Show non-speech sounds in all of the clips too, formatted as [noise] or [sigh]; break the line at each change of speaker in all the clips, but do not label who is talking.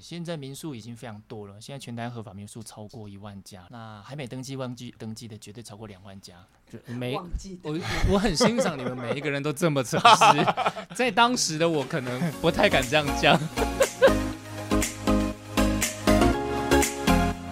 现在民宿已经非常多了，现在全台合法民宿超过一万家，那还没登记、忘记登记的绝对超过两万家。就每
忘记的
我我很欣赏你们每一个人都这么诚实，在当时的我可能不太敢这样讲。
[laughs]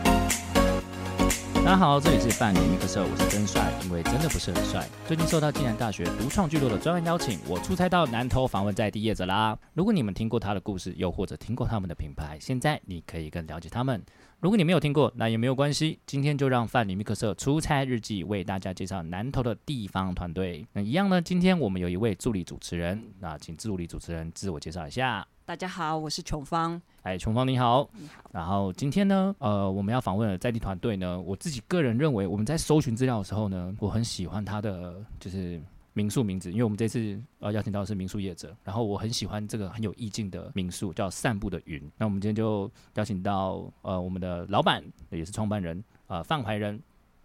大家好，这里是范尼克社，我是真帅，因为真的不是很帅。最近受到暨南大学独创聚落的专门邀请，我出差到南投访问在地业者啦。如果你们听过他的故事，又或者听过他们的品牌，现在你可以更了解他们。如果你没有听过，那也没有关系。今天就让范尼密克社出差日记为大家介绍南投的地方团队。那一样呢，今天我们有一位助理主持人，那请助理主持人自我介绍一下。
大家好，我是琼芳。
哎，琼芳你好，然后今天呢，呃，我们要访问的在地团队呢，我自己个人认为，我们在搜寻资料的时候呢，我很喜欢它的就是民宿名字，因为我们这次呃邀请到的是民宿业者，然后我很喜欢这个很有意境的民宿，叫散步的云。那我们今天就邀请到呃我们的老板，也是创办人呃范怀仁，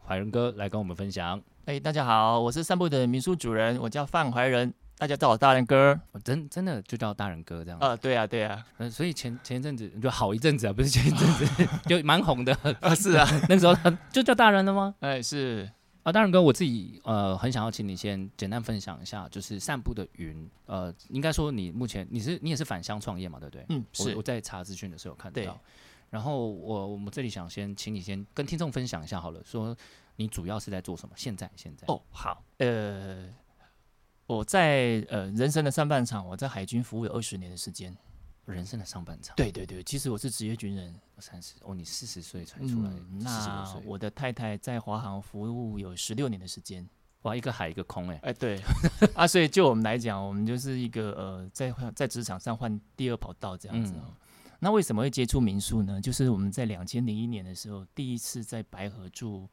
怀仁哥来跟我们分享。
哎、大家好，我是散步的民宿主人，我叫范怀仁，大家叫我大人哥。
我哦真真的就叫大仁哥这样，
啊，对啊，对啊，
呃，所以前前一阵子就好一阵子啊，不是前一阵
[laughs]
子就蛮红的，
啊是啊，
[laughs] 那时候他就叫大人了吗？
哎、是。
啊，大仁哥，我自己呃很想要请你先简单分享一下，就是散步的云，呃，应该说你目前你是你也是返乡创业嘛，对不对？
嗯是
我我在查资讯的时候有看
对
到，然后我我们这里想先请你先跟听众分享一下好了，说你主要是在做什么？现在现在
哦，好，呃，我在呃人生的上半场，我在海军服务有二十年的时间。
人生的上半场，
对对对，其实我是职业军人，
三十哦，你四十岁才出来，
嗯
四十五
那
岁，
我的太太在华航服务有十六年的时间。
哇，一个海一个空哎、
哎，对 [laughs] 啊，所以就我们来讲，我们就是一个呃，在换在职场上换第二跑道这样
嗯
子、哦。那为什么会接触民宿呢？就是我们在两千零一年的时候，第一次在白河住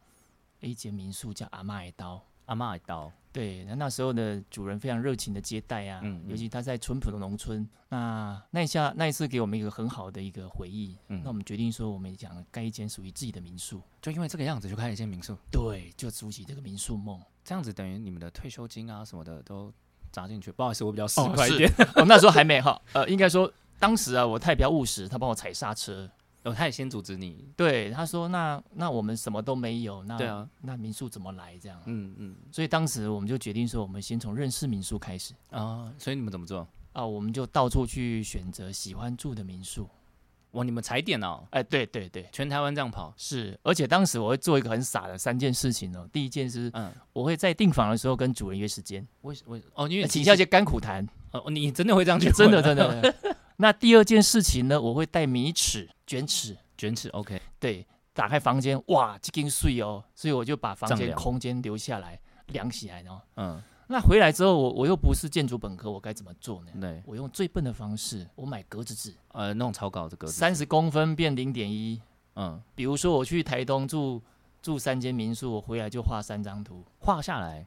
一间民宿，叫阿嬷的刀。
阿妈一刀，
对，那那时候的主人非常热情的接待啊，
嗯
尤
嗯
其他在淳朴的农村，那那一下那一次给我们一个很好的一个回忆。
嗯
那我们决定说，我们想盖一间属于自己的民宿。
就因为这个样子就开了一间民宿，
对，就筑起这个民宿梦。
这样子等于你们的退休金啊什么的都砸进去，不好意思，我比较死快一点。 [laughs]
我哦那时候还没哈， [laughs] 呃，应该说当时啊，我太比较务实，他帮我踩刹车。
哦，他也先组织你，
对，他说那那我们什么都没有，那
对啊，
那民宿怎么来这样？
嗯嗯
所以当时我们就决定说，我们先从认识民宿开始
啊，所以你们怎么做？
啊，我们就到处去选择喜欢住的民宿。
哇，你们踩点哦，
哎，对对对，
全台湾这样跑，
是，而且当时我会做一个很傻的三件事情哦。第一件是
嗯，
我会在订房的时候跟主人约时间，呃
为为哦，因为
请
你
教一
是
些甘苦
[laughs]
谈，
哦，你 [laughs] 真的会这样去
真的
混啊
真的。那第二件事情呢，我会带米尺、卷尺，
卷尺 OK，
对，打开房间，哇，这根碎哦，所以我就把房
丈
间
量
空间留下来量起来，然后
嗯，
那回来之后，我我又不是建筑本科，我该怎么做呢？
对，
我用最笨的方式，我买格子纸，
呃，弄草稿这个，
三十公分变零点一。
嗯，
比如说我去台东住住三间民宿，我回来就画三张图，
画下来，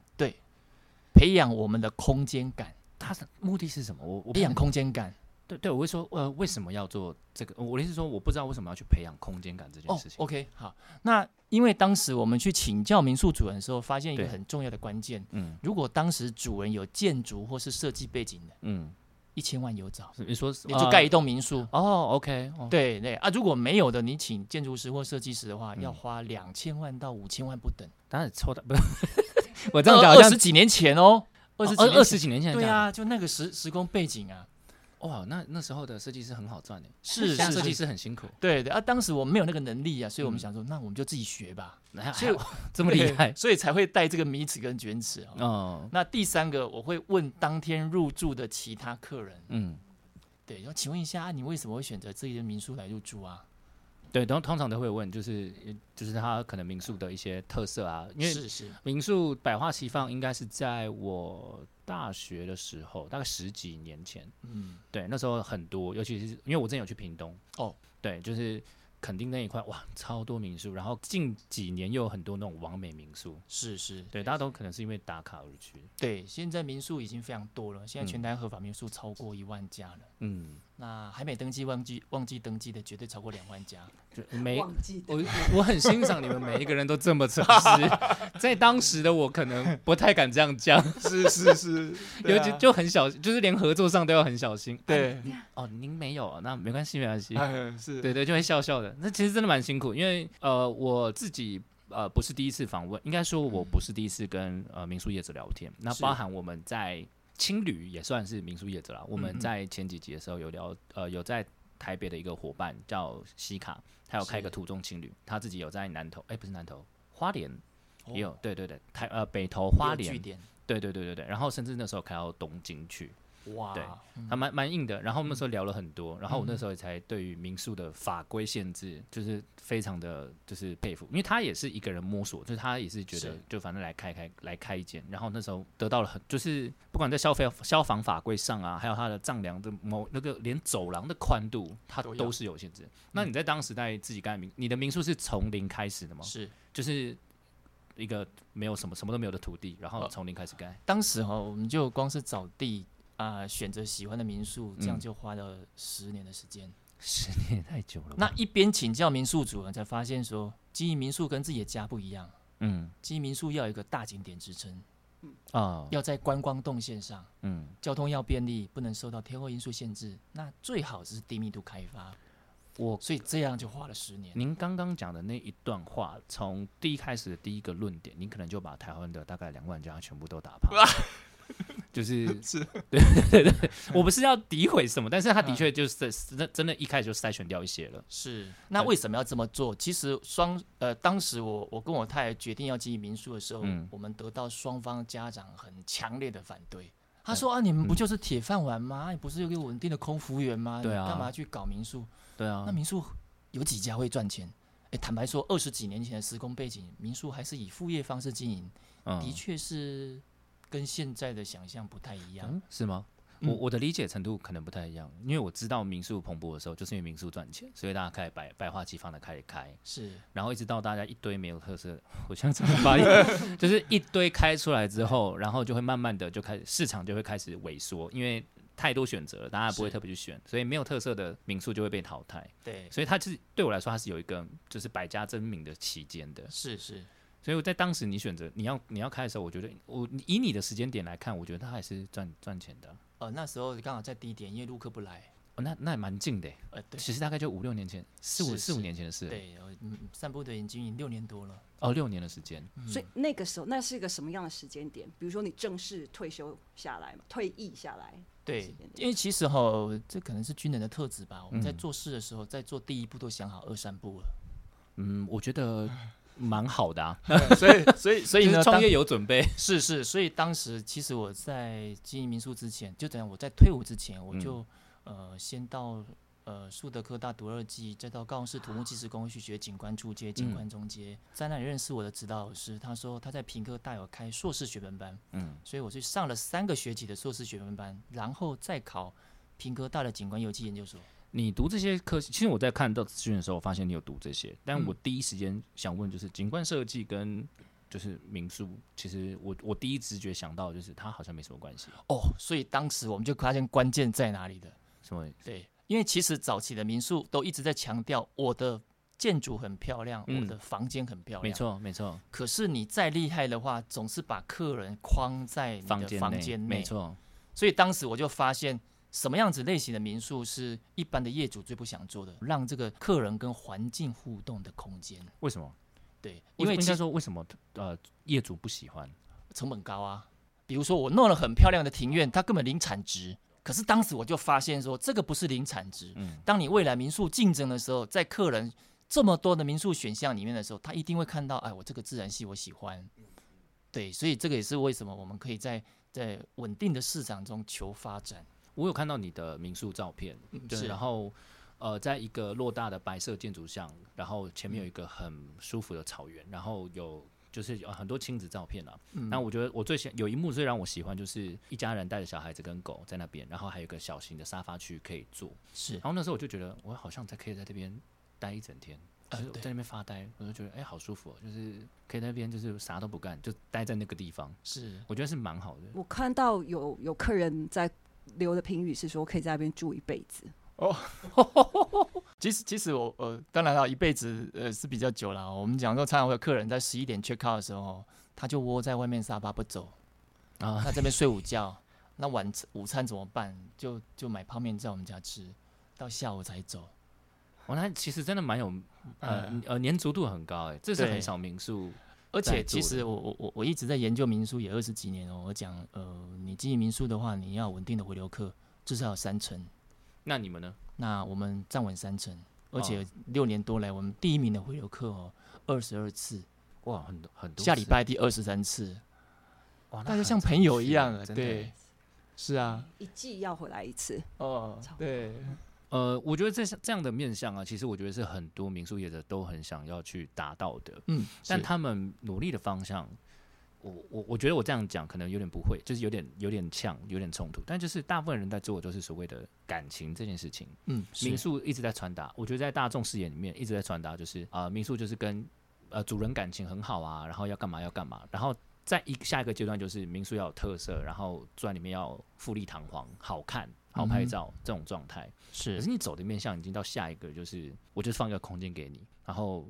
培养我们的空间感，
他的目的是什么？我我
培养
不能，
空间感。
对对，我会说，呃，为什么要做这个？我的意思是说，我不知道为什么要去培养空间感这件
哦
事情。
，OK，好。那因为当时我们去请教民宿主人的时候，发现一个
对
很重要的关键，
嗯
如果当时主人有建筑或是设计背景的，
嗯，
一千万有找。
你说
你就盖一
呃
栋民宿。
哦，OK，哦
对对啊，如果没有的，你请建筑师或设计师的话，
嗯
要花两千万到五千万不等。
当然抽的 [laughs] 不，我这
这
样讲好
二
像
十几年前哦，二十几
哦
年
二
前
十几年前的
对
价格，
啊，就那个时时空背景啊，
哇，那那时候的设计师很好赚的，
是
现
是
在啊设计
是，
师很辛苦，
对对啊，当时我们没有那个能力啊，所以我们
嗯
想说，那我们就自己学吧，
还
所以
还好这么厉害
对所以才会带这个米尺跟卷尺啊。
哦，
那第三个，我会问当天入住的其他客人，
嗯，
对，然后请问一下，啊，你为什么会选择这间民宿来入住啊？
对，通通常都会问，就是就是他可能民宿的一些特色啊，因为
是是，
民宿百花齐放，应该是在我大学的时候，大概十几年前，
嗯，
对，那时候很多，尤其是因为我之前有去屏东，
哦，
对，就是垦丁那一块哇，超多民宿，然后近几年又有很多那种完美民宿，
是是，
对，大家都可能是因为打卡而去，
对，现在民宿已经非常多了，现在全
嗯
台合法民宿超过一万家了。
嗯，
那还没登记、忘记忘记登记的，绝对超过两万家。
就每
忘记的
我我很欣赏你们每一个人都这么
[laughs]
诚实，在当时的我可能不太敢这样讲，
是是是，啊
尤其就很小，就是连合作上都要很小心。
对，
哦，您没有，那没关系，没关系。
哎
哦
是，
对对，就会笑笑的。那其实真的蛮辛苦，因为呃，我自己呃不是第一次访问，应该说我不是第一次跟呃民宿业者聊天。那
是
包含我们在青旅也算是民宿业者啦。
嗯
我们
嗯
在前几集的时候有聊，呃，有在台北的一个伙伴叫西卡，他有开一个
是
途中青旅，他自己有在南投，哎、不是南投，花莲也有，
哦
对对对，台呃北投
也有
花
据
莲，
点，
对对对对对。然后甚至那时候开到东京去，
哇，
对
嗯
还蛮蛮硬的。然后我们那时候聊了很多，然后我那时候也才对于民宿的法规限制，就是非常的就是佩服，因为他也是一个人摸索，就是他也是觉得
是
就反正来开开来开一间，然后那时候得到了很就是不管在消费消防法规上啊，还有他的丈量的某那个连走廊的宽度，它
都要
都是有限制。那你在当时代自己盖民，你的民宿是从零开始的吗？
是
就是。一个没有什么什么都没有的土地，然后
呃
从零开始盖，
当时哦哈，我们就光是找地啊、选择喜欢的民宿，这样
嗯
就花了十年的时间。
十年也太久了吧。
那一边请教民宿主人，才发现说，经营民宿跟自己的家不一样，
嗯
经营民宿要有一个大景点支撑，
啊
要在观光动线上，
嗯
交通要便利，不能受到天候因素限制。那最好是低密度开发，
我
所以这样就花了十年。
您刚刚讲的那一段话，从第一开始的第一个论点，您可能就把台湾的大概两万家全部都打趴，就是是，对对对，我不是要诋毁什么，但是他的确就是真的真的一开始就筛选掉一些了，
是，那为什么要这么做？其实双呃，当时我我跟我太太决定要经营民宿的时候，
嗯
我们得到双方家长很强烈的反对。他说啊，你们不就是铁饭碗吗？你不是有个稳定的空服员吗？
嗯对
你
啊
干嘛去搞民宿？
对啊
那，民宿有几家会赚钱？哎，坦白说，二十几年前的时空背景，民宿还是以副业方式经营，的
嗯，
确是跟现在的想象不太一样。
嗯是吗？
嗯
我我的理解程度可能不太一样，因为我知道民宿蓬勃的时候，就是因为民宿赚钱，所以大家开始百百花齐放的开始开，
是，
然后一直到大家一堆没有特色， [laughs] 我现在怎么
[laughs]
发现？就是一堆开出来之后，然后就会慢慢的就开始市场就会开始萎缩，因为太多选择了，大家不会
是
特别去选，所以没有特色的民宿就会被淘汰。
对，
所以它是对我来说，它是有一个就是百家争鸣的期间的。
是是，
所以我在当时你选择你要你要开的时候，我觉得我以你的时间点来看，我觉得它还是赚赚钱的。啊
呃，那时候刚好在低点，因为陆客不来，
哦、那那也蛮近的耶，
呃，对。
其实大概就五六年前，四五
是
四五
是
年前的事，，欸
对，我嗯，散步队已经营六年多了。
哦，六年的时间，
所以那个时候，那是一个什么样的时间点？比如说你正式退休下来嘛，退役下来，时
对
间，点
因为其实哈，这可能是军人的特质吧。我们在
嗯
做事的时候，在做第一步都想好二三步了。
嗯，我觉得蛮好的啊。
所以，所以，所
[laughs] 所以呢，
创业
有准备。
是是，所以当时其实我在经营民宿之前，就等于我在退伍之前，我
嗯
就呃先到呃树德科大读二技，再到高雄市土木技师工会去学景观初阶、景
嗯
观中阶，在那里认识我的指导老师，他说他在平科大有开硕士学分班，
嗯，
所以我去上了三个学期的硕士学分班，然后再考平科大的景观游记研究所。
[laughs] 你读这些科系，其实我在看到资讯的时候，我发现你有读这些，但
嗯
我第一时间想问就是景观设计跟就是民宿，其实我我第一直觉想到就是它好像没什么关系，
哦，所以当时我们就发现关键在哪里的。
什么
对，因为其实早期的民宿都一直在强调我的建筑很漂亮，
嗯
我的房间很漂亮。
没。错没错，
可是你再厉害的话，总是把客人框在你
房
的
间
房
内
间内。
没。错，
所以当时我就发现，什么样子类型的民宿是一般的业主最不想做的，让这个客人跟环境互动的空间。
为什么？
对，因为
应
其
该
实
说为什么呃业主不喜欢？
成本高啊。比如说我弄了很漂亮的庭院，它根本零产值。可是当时我就发现说，这个不是零产值。
嗯
当你未来民宿竞争的时候，在客人这么多的民宿选项里面的时候，他一定会看到，哎，我这个自然系我喜欢。对，所以这个也是为什么我们可以在在稳定的市场中求发展。
我有看到你的民宿照片，
嗯
对，
是
然后呃，在一个偌大的白色建筑上，然后前面有一个很舒服的草原，然后有就是有很多亲子照片啊。
嗯
那我觉得我最喜有一幕最让我喜欢，就是一家人带着小孩子跟狗在那边，然后还有一个小型的沙发区可以坐。
是
然后那时候我就觉得，我好像在可以在这边。待一整天，
呃
就是我
对
在那边发呆，我就觉得哎、好舒服、哦，就是可以在那边就是啥都不干，就待在那个地方，
是
我觉得是蛮好的。
我看到有有客人在留的评语是说可以在那边住一辈子，
其实，其实我呃，当然了，一辈子呃是比较久了。我们讲说，常常会有客人在十一点 check out 的时候，他就窝在外面沙发不走，
啊
他这边睡午觉。那晚餐午餐怎么办？就就买泡面在我们家吃，到下午才走。
我哦那其实真的蛮有呃
嗯
呃粘着度很高哎、这是
对
很少民宿
而
在
且
做
其实
的
我我我我一直在研究民宿也二十几年哦。我讲呃，你经营民宿的话，你要有稳定的回流客，至少有三成。
那你们呢？
那我们站稳三成，
哦
而且六年多来，我们第一名的回流客哦，二十二次，
哇，很多很多次。
下礼拜第二十三次，
哇，那
大家
很
像
长
朋友
期
一样啊，
真的
对，是啊，
一季要回来一次。
哦
超
对，
呃，我觉得这这样的面向啊，其实我觉得是很多民宿业者都很想要去达到的，
嗯，
但
是
他们努力的方向，我我我觉得我这样讲可能有点不会，就是有点有点呛，有点冲突。但就是大部分人在做的都是所谓的感情这件事情，
嗯，
民
民宿
宿一直在传达，我觉得在大众视野里面一直在传达，就是啊、民宿就是跟呃主人感情很好啊，然后要干嘛要干嘛，然后在一下一个阶段就是民宿要有特色，然后住在里面要富丽堂皇、好看、好
嗯
拍
哼
照、这种状态。可
是
是你走的面向已经到下一个，就是我就放一个空间给你，然后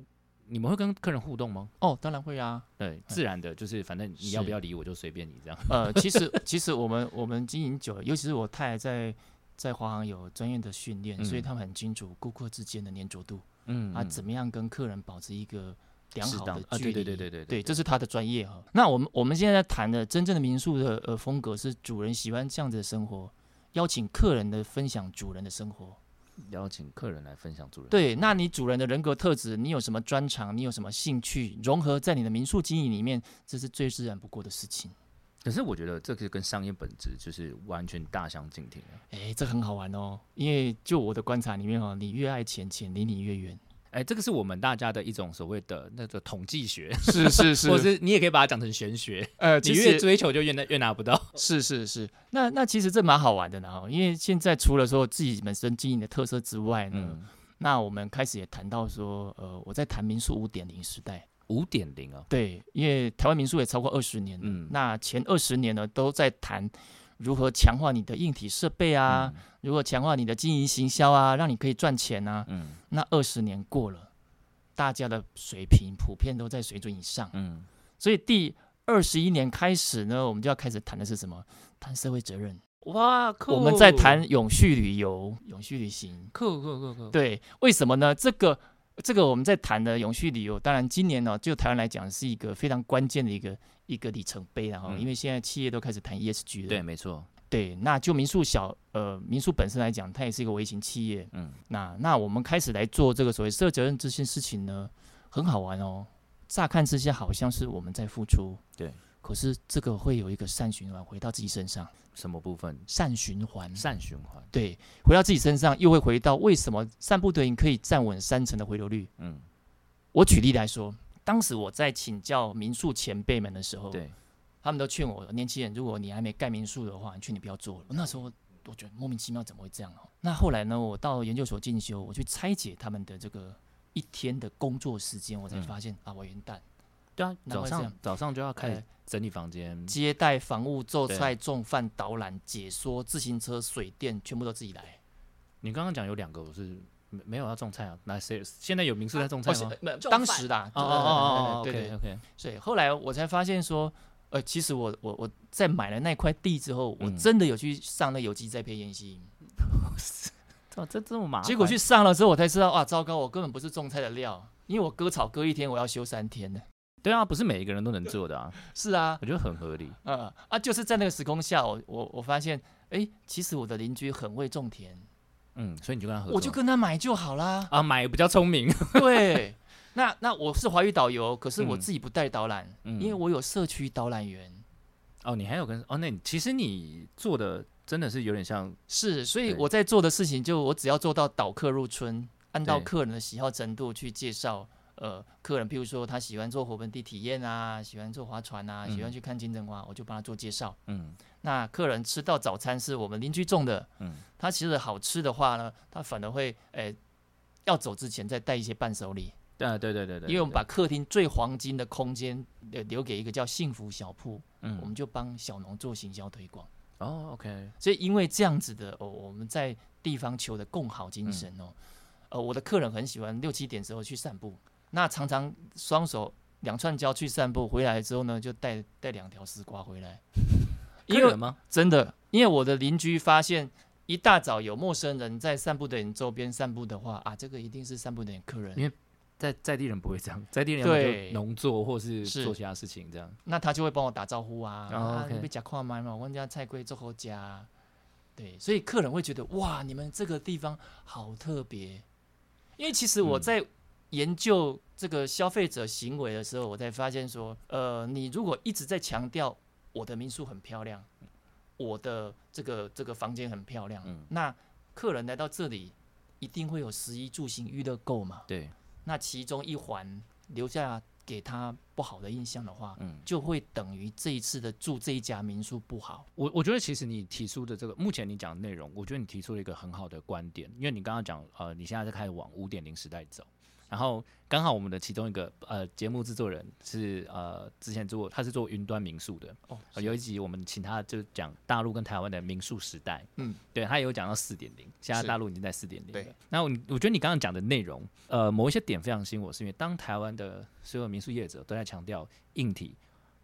你们会跟客人互动吗？
哦，当然会啊，
对，自然的，就是反正你要
是
不要理我就随便你这样。
呃，其实其实我们我们经营久了，尤其是我太太在在华航有专业的训练，所以
嗯
他们很清楚顾客之间的粘着度，
嗯
啊，怎么样跟客人保持一个良
适
好
当
的
啊
距离？
对对对对对对
这是他的专业哈。那我们我们现在在谈的真正的民宿的呃风格是主人喜欢这样子的生活，邀请客人的分享主人的生活。
邀请客人来分享主人？
对，那你主人的人格特质，你有什么专长，你有什么兴趣，融合在你的民宿经营里面，这是最自然不过的事情。
可是我觉得这个跟商业本质就是完全大相径庭啊。
哎，这很好玩哦，因为就我的观察里面哦，你越爱钱，钱离你越远。
哎，这个是我们大家的一种所谓的那个统计学，
[laughs] 是是
或者是你也可以把它讲成玄学，
呃，
你越追求就越拿越拿不到。
是是是，那那其实这蛮好玩的呢哦，因为现在除了说自己本身经营的特色之外呢，
嗯，
那我们开始也谈到说，呃，我在谈民宿五点零时代，
五点零啊，
对，因为台湾民宿也超过二十年了，
嗯
那前二十年呢都在谈如何强化你的硬体设备啊，如何强化你的经营行销啊，让你可以赚钱啊，
嗯
那二十年过了，大家的水平普遍都在水准以上，
嗯，
所以第二十一年开始呢，我们就要开始谈的是什么？谈社会责任。
哇，
我们在谈永续旅游、永续旅行。
酷酷酷酷，
对，为什么呢？这个这个我们在谈的永续旅游，当然今年呢、就台湾来讲是一个非常关键的一个一个里程碑了哈、
嗯
因为现在企业都开始谈 ESG 了。
对，没错，
对，那就民宿小呃民宿本身来讲，它也是一个微型企业。
嗯，
那那我们开始来做这个所谓社会责任这件事情呢，很好玩哦。乍看之下好像是我们在付出，
对，
可是这个会有一个善循环回到自己身上，
什么部分？
善循环，
善循环，
对，回到自己身上，又会回到为什么散步德营可以站稳三成的回流率。
嗯，
我举例来说，当时我在请教民宿前辈们的时候，
对，
他们都劝我，年轻人，如果你还没盖民宿的话，你劝你不要做了。那时候我觉得莫名其妙，怎么会这样哦？那后来呢，我到研究所进修，我去拆解他们的这个一天的工作时间，我才
嗯
发现、啊，我元旦
对啊，
难
早
怪这
上
样
早上就要开始
哎
整理房间，
接待、房务、做
对
菜、种饭、导览、解说、自行车、水电，全部都自己来。
你刚刚讲有两个，我是没没有要种菜啊？那谁现在有民宿在种菜吗
哦？没有
种
当
饭
时啦，
啊哦哦哦哦
对对对
，OK
对
OK，
所以后来我才发现说，呃，其实我我我在买了那块地之后，我
嗯
真的有去上那有机栽培研习营。
怎么这这么麻
结果去上了之后，我才知道，哇，糟糕，我根本不是种菜的料，因为我割草割一天，我要休三天呢。
对啊，不是每一个人都能做的啊，
是啊，
我觉得很合理。
嗯啊，就是在那个时空下，我我我发现，哎，其实我的邻居很会种田，
嗯，所以你就跟他合作，。
我就跟他买就好啦
啊买比较聪
[laughs]
明，
对，那那我是华语导游，可是我
嗯
自己不带导览，
嗯
因为我有社区导览员。
哦，你还有跟哦，那你其实你做的真的是有点像
是，所以
对
我在做的事情就我只要做到导客入春，按照
对
客人的喜好程度去介绍。呃，客人譬如说他喜欢做火盆地体验啊，喜欢坐划船啊，喜欢
嗯
去看金针花，我就帮他做介绍。
嗯
那客人吃到早餐是我们邻居种的，
嗯
他其实好吃的话呢，他反而会诶、要走之前再带一些伴手礼，
对对对对对，
因为我们把客厅最黄金的空间呃留给一个叫幸福小铺，
嗯
我们就帮小农做行销推广。
哦 OK
所以因为这样子的哦，我们在地方求的共好精神哦，呃，我的客人很喜欢六七点时候去散步，那常常双手两串胶去散步，回来之后呢，就带带两条丝瓜回来，因
客
为
人吗？
真的，因为我的邻居发现。一大早有陌生人在散步的人周边散步的话啊，这个一定是散步的人客人
因为，在在地人不会这样，在 [laughs] 地人要么
对
就农作或是
是
做其他事情这样。
那他就会帮我打招呼啊，
哦
啊，
OK
你被夹跨麦嘛，我们家菜龟做后家，对，所以客人会觉得哇，你们这个地方好特别，因为其实我
嗯
在研究这个消费者行为的时候，我才发现说，呃，你如果一直在强调我的民宿很漂亮，我的这个这个房间很漂亮，
嗯
那客人来到这里一定会有食衣住行娱乐购嘛，
对，
那其中一环留下给他不好的印象的话，
嗯
就会等于这一次的住这一家民宿不好。
我我觉得其实你提出的这个，目前你讲的内容，我觉得你提出了一个很好的观点，因为你刚刚讲，呃，你现在在开始往五点零时代走，然后刚好我们的其中一个呃节目制作人是呃之前做他是做云端民宿的，
哦
呃有一集我们请他就讲大陆跟台湾的民宿时代，嗯
嗯，
对他有讲到四点零，现在
是
大陆已经在四点零了
对。
那我我觉得你刚刚讲的内容，呃，某一些点非常吸引我，是因为当台湾的所有民宿业者都在强调硬体、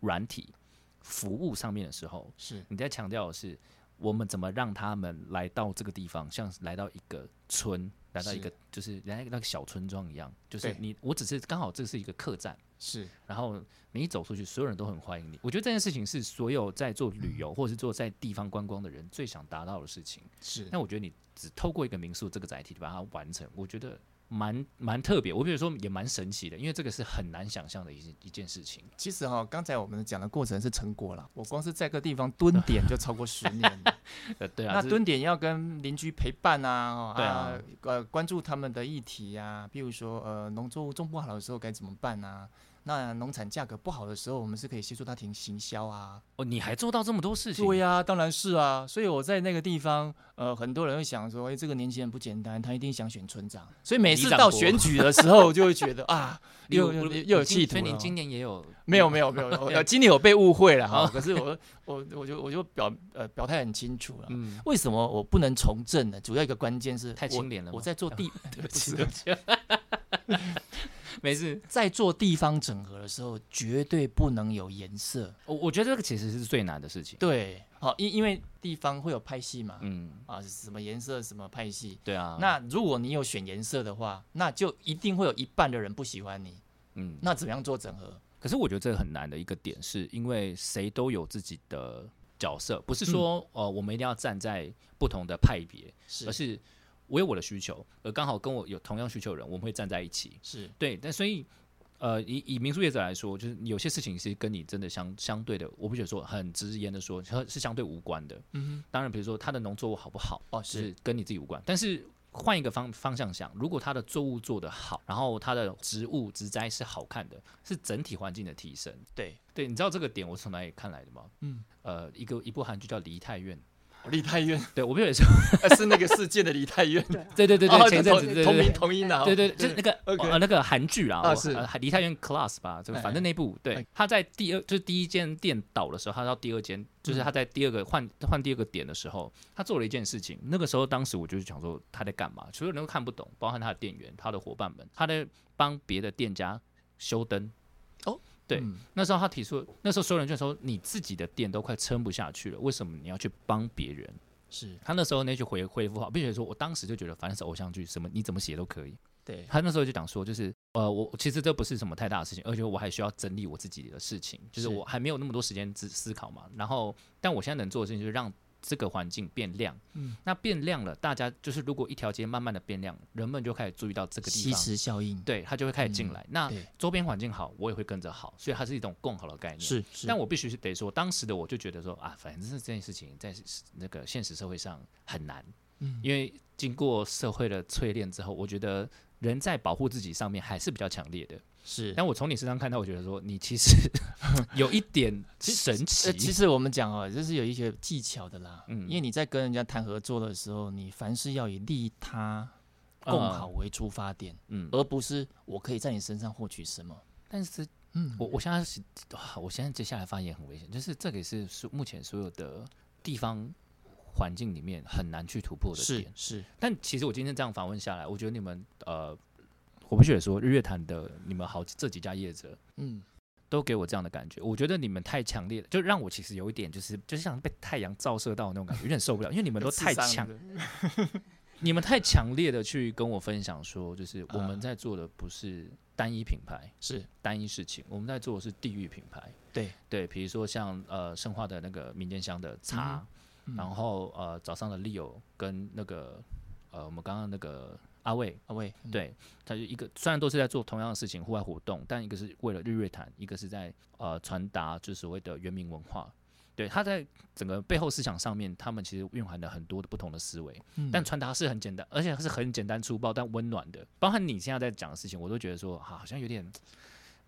软体、服务上面的时候，
是
你在强调的是我们怎么让他们来到这个地方，像是来到一个村，来到一
是
个就是来到那个小村庄一样，就是
对
你我只是刚好这是一个客栈。
是
然后你一走出去，所有人都很欢迎你。我觉得这件事情是所有在做旅
嗯
游或者是做在地方观光的人最想达到的事情。
是
那我觉得你只透过一个民宿这个载体把它完成，我觉得蛮蛮特别。我比如说也蛮神奇的，因为这个是很难想象的一件一件事情。
其实哈、刚才我们讲的过程是成果了。我光是在个地方蹲点就超过十 [laughs] 年了，
呃，对啊，
那
这
蹲点要跟邻居陪伴啊，哦
对啊
呃，关注他们的议题啊，比如说呃，农作物种不好的时候该怎么办啊？那农产价格不好的时候，我们是可以协助他停行销啊，
哦，你还做到这么多事情？
对呀、当然是啊。所以我在那个地方，呃，很多人会想说，哎、这个年轻人不简单，他一定想选村长。所以每次
里长
到
伯
选举的时候，就会觉得啊， [laughs]
你
又
有，
又
我
又有
我今
企图
所以
了
您
哦
今年也有
没有没有没有， [laughs] 呃，今年有被误会了哈。可是我我我就我就表呃表态很清楚了。
嗯，
为什么我不能从政呢？主要一个关键是
太
我
清廉了吗
我在做地 [laughs] [laughs] 对不起
对不起，没事。
在做地方整合的时候，绝对不能有颜色。
我我觉得这个其实是最难的事情。
对，好，因因为地方会有派系嘛，
嗯，
啊，什么颜色什么派系，
对啊。
那如果你有选颜色的话，那就一定会有一半的人不喜欢你。
嗯，
那怎么样做整合？
可是我觉得这个很难的一个点，是因为谁都有自己的角色，不是说、呃我们一定要站在不同的派别，
是
而是我有我的需求，而刚好跟我有同样需求的人，我们会站在一起。
是
对，但所以呃，以以民宿业者来说，就是有些事情是跟你真的相相对的，我不觉得说很直言的说是是相对无关的。
嗯
当然，比如说他的农作物好不好，
哦
就是是跟你自己无关。但是换一个方方向想，如果他的作物做得好，然后他的植物植栽是好看的，是整体环境的提升。
对
对，你知道这个点我是从哪里看来的吗？
嗯，
呃，一个一部韩剧叫《梨泰院
梨泰院》，呃
对我朋友也说，
是那个世界的梨泰 [laughs] 院，
对啊，
[laughs] 对对对对，
哦
前阵子对对
同
对
名同音的、啊，
对对，对就是那个
OK
呃那个韩剧啦，
啊
我
是
呃梨泰院 Class 吧，就
哎
反正那部对
哎，
他在第二就是第一间店倒的时候，他到第二间，就是他在第二个换换第二个点的时候，他做了一件事情。那个时候当时我就是想说他在干嘛，所有人都看不懂，包含他的店员、他的伙伴们，他在帮别的店家修灯。对
嗯
那时候他提出，那时候所有人就说你自己的店都快撑不下去了，为什么你要去帮别人？
是
他那时候那句回回复好，并且说我当时就觉得反正是偶像剧，什么你怎么写都可以。
对
他那时候就讲说，就是呃，我我其实这不是什么太大的事情，而且我还需要整理我自己的事情，就
是
是我还没有那么多时间思思考嘛。然后，但我现在能做的事情就是让这个环境变亮。
嗯，
那变亮了，大家就是如果一条街慢慢的变亮，人们就开始注意到这个地
吸
方，
食效应，
对，他就会开始进
嗯
来。那
对
周边环境好，我也会跟着好，所以它是一种共好的概念。。
是是，
但我必须是得说，当时的我就觉得说啊，反正这件事情在那个现实社会上很难，
嗯
因为经过社会的淬炼之后，我觉得人在保护自己上面还是比较强烈的。
是。
但我从你身上看到，我觉得说你其
[laughs]
实有一点神
呃，其
奇，
实我们讲哦，就是有一些技巧的啦，
嗯
因为你在跟人家谈合作的时候，你凡事要以利他共
嗯
好呃为出发点，
嗯，
而不是我可以在你身上获取什么。
但是
嗯，
我我现在是，哇我现在接下来发言很危险，就是这个也是所目前所有的地方环境里面很难去突破的
是
点。
是，
但其实我今天这样访问下来，我觉得你们呃，我不许说日月潭的你们好这几家业者
嗯，
都给我这样的感觉，我觉得你们太强烈了，就让我其实有一点就是就像被太阳照射到那种感觉，有点受不了，因为你们都太强，你们太强烈的去跟我分享说，就是我们
啊
在做的不是单一品牌，
是
单一事情，我们在做的是地域品牌。
对
对，比如说像呃生化的那个民间香的茶，
嗯
然后呃早上的 Leo 跟那个呃我们刚刚那个阿卫，
啊喂，嗯，
对，他就一个虽然都是在做同样的事情，户外活动，但一个是为了日月潭，一个是在呃传达就所谓的原民文化。对，他在整个背后思想上面，他们其实蕴含了很多的不同的思维。
嗯
但传达是很简单，而且是很简单粗暴但温暖的。包含你现在在讲的事情，我都觉得说，啊、好像有点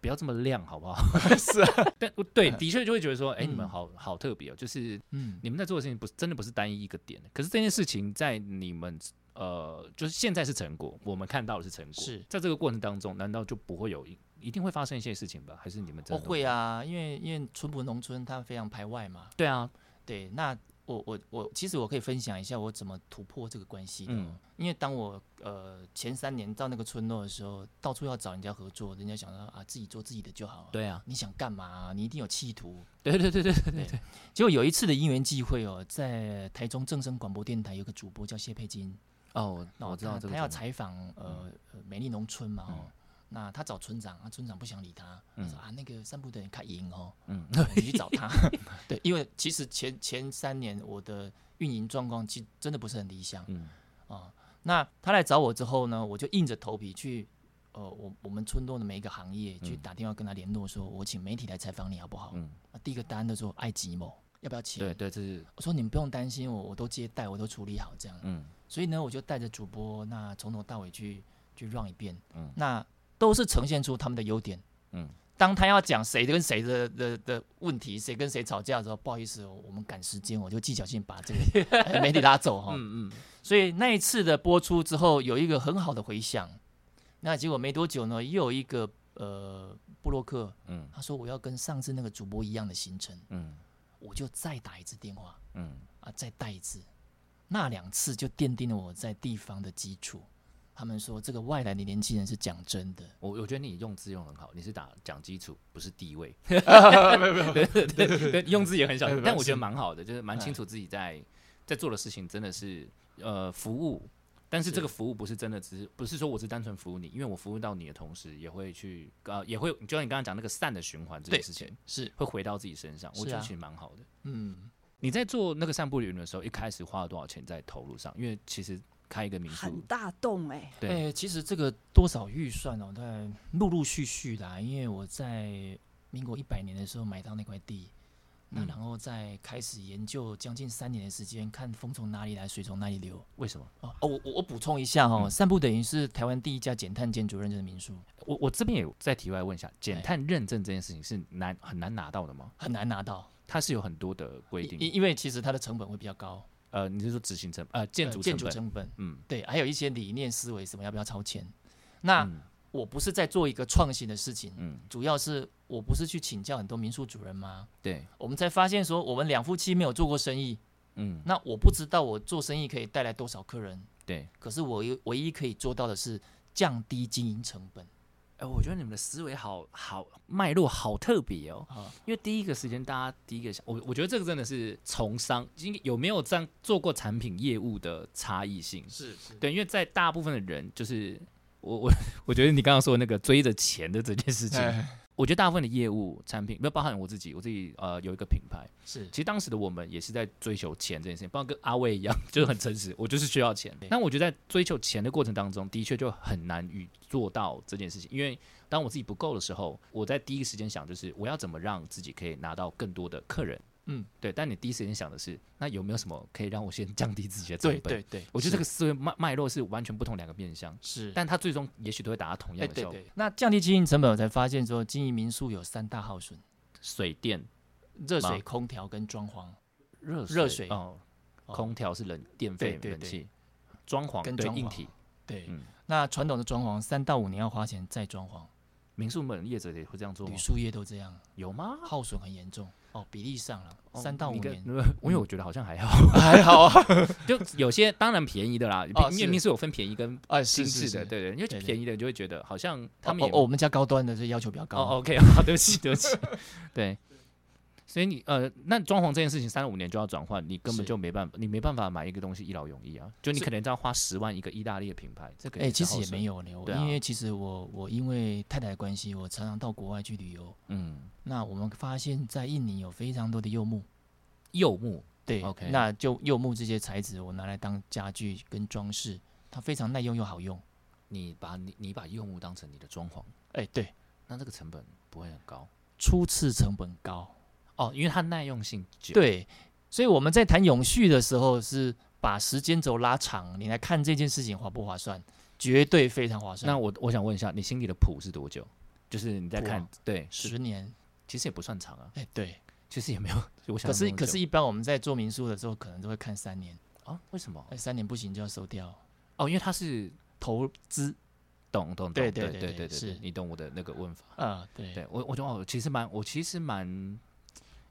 不要这么亮，好
[laughs]
不好？是啊， [laughs] 但对，的确就会觉得说，哎、你们
嗯
好好特别哦，就是
嗯
你们在做的事情不是真的不是单一一个点，可是这件事情在你们。呃，就是现在是成果，我们看到的是成果。
是
在这个过程当中，难道就不会有一一定会发生一些事情吧？还是你们真
哦
的、
会？啊，因为因为淳朴农村它非常排外嘛，
对啊，
对，那我我我其实我可以分享一下我怎么突破这个关系的哦，
嗯
因为当我呃前三年到那个村落的时候，到处要找人家合作，人家想到啊自己做自己的就好，，
对啊，
你想干嘛、你一定有企图。
对对对对对对
对结果有一次的因缘际会哦，在台中正声广播电台有个主播叫谢佩金，
哦，
哦
我知道
他
这个
他要
状嗯
采访呃呃美丽农村嘛哦，那他找村长，啊村长不想理他，他说啊那个散步的人开赢哦，
嗯 [laughs]
嗯，我们去找他， [laughs] 对，因为其实前前三年我的运营状况其实真的不是很理想，
嗯
嗯啊，那他来找我之后呢，我就硬着头皮去。呃，我我们村落的每一个行业去打电话跟他联络说，我请媒体来采访你好不好？
嗯
啊第一个单的说爱吉某要不要请？
对对，这是
我说你们不用担心我，我都接待，我都处理好这样。
嗯
所以呢，我就带着主播那从头到尾去去 run 一遍，
嗯
那都是呈现出他们的优点，
嗯
当他要讲谁跟谁的的的问题，谁跟谁吵架的时候，不好意思，哦我们赶时间，我就技巧性把这个 [laughs] 呃媒体拉走哈、
嗯嗯，
所以那一次的播出之后，有一个很好的回响。那结果没多久呢，又有一个呃布洛克，
嗯
他说我要跟上次那个主播一样的行程，
嗯
我就再打一次电话，
嗯，
啊，再带一次。那两次就奠定了我在地方的基础。他们说这个外来的年轻人是讲真的，
我我觉得你用字用得很好，你是打讲基础，不是
[laughs]
地位。没有没有，对对对，用字也很小
没有，
但
没有
我
嗯
觉
是
得蛮好的，就是蛮清楚自己在在做的事情真的是呃服务，但是这个服务不是真的，只是不是说我只单纯服务你，因为我服务到你的同时，也会去呃也会，就像你刚刚讲那个善的循环这件事情，
是，
会回到自己身上，我
是
觉得
啊
其实蛮好的。
嗯，
你在做那个散步旅游的时候，一开始花了多少钱在投入上？因为其实开一个民
很
宿，
大洞哎、
对
哎、其实这个多少预算哦，在陆陆续续啦，因为我在民国一百年的时候买到那块地，那
嗯
然后再开始研究将近三年的时间，看风从哪里来，水从哪里流。
为什么？
哦，哦我我我补充一下哦，
嗯
散步等于是台湾第一家减碳建筑认证的民宿，
我我这边也在题外问一下，减
哎
碳认证这件事情是难很难拿到的吗？
很难拿到，
它是有很多的规
因
定，
因因为其实它的成本会比较高，
呃，你是说执行成呃建
呃
筑
建
成
筑
本？
成本，
嗯，
对，还有一些理念思维，什么要不要超前？那、
嗯
我不是在做一个创新的事情，
嗯
主要是我不是去请教很多民宿主人吗？
对，
我们才发现说，我们两夫妻没有做过生意，
嗯
那我不知道我做生意可以带来多少客人，
对。
可是我唯唯一可以做到的是降低经营成本
哎、我觉得你们的思维好好脉络好特别哦，
啊、
因为第一个时间大家第一个想，我我觉得这个真的是从商，应有没有这样做过产品业务的差异性？
是是，
对，因为在大部分的人，就是我我我觉得你刚刚说的那个追着钱的这件事情，
哎
我觉得大部分的业务产品，不包含我自己，我自己呃有一个品牌，
是
其实当时的我们也是在追求钱这件事情，包括跟阿卫一样， [laughs] 就是很诚实，我就是需要钱。那我觉得在追求钱的过程当中，的确就很难与做到这件事情，因为当我自己不够的时候，我在第一个时间想就是我要怎么让自己可以拿到更多的客人。
嗯，
对，但你第一时间想的是，那有没有什么可以让我先降低自己的成
对
本？
对对，
我觉得这
是
个思维脉脉络是完全不同两个面向，
是，
但它最终也许都会达到同
哎
样的
对
效果。
对，那降低经营成本，我才发现说，经营民宿有三大耗损：
水电、
热
吗
水、空调跟装潢。
热
热水
哦，
哦
空调是冷电费、
对对
冷
对
气、装潢
跟
对
装
硬
潢
体，
对，
嗯
那传统的装潢三到五年要花钱再装潢，
民宿们业者也会这样做吗
旅？宿业都这样，
有吗？
耗损很严重哦，比例上了
哦
三到五
你
[laughs]
跟
年，
因为我觉得好像 [laughs] 还好，
还好 [laughs] 啊，
就有些当然便宜的啦，
哦
因
是
为民宿有分便宜跟
啊
精
是是
致
是
的，对对，因为
对对
便宜的你就会觉得好像他
他
们
们
也
哦，我们家高端的这要求比较高
哦，OK，好， [laughs] 对不起，对不起，对。所以你呃，那装潢这件事情三五年就要转换，你根
是
本就没办法，你没办法买一个东西一劳永逸啊。就你
是
可能要花十万一个意大利的品牌，这个
哎、其实也没
有，
有呢，我
对啊
因为其实我我因为太太的关系，我常常到国外去旅游。
嗯，
那我们发现，在印尼有非常多的柚木，
柚木
对
OK
那就柚木这些材质，我拿来当家具跟装饰，它非常耐用又好用。
你把你你把柚木当成你的装潢，
哎、对，
那这个成本不会很高
初次成本高，
哦，因为它耐用性久。，
对，所以我们在谈永续的时候，是把时间轴拉长，你来看这件事情划不划算，绝对非常划算。
那我我想问一下，你心里的谱是多久？就是你在
谱啊
看，对，是
十年，
其实也不算长啊，
哎、对，
其实也没有。我想
可是
那么
可
久
是，一般我们在做民宿的时候，可能都会看三年，
啊，为什么
哎、？三年不行就要收掉。
哦，因为它是
投资，
懂懂懂，
对
对
对
对
对
对
对
对
是
你懂我的那个问法。
啊，对，
对我，我觉得我其实蛮，我其实蛮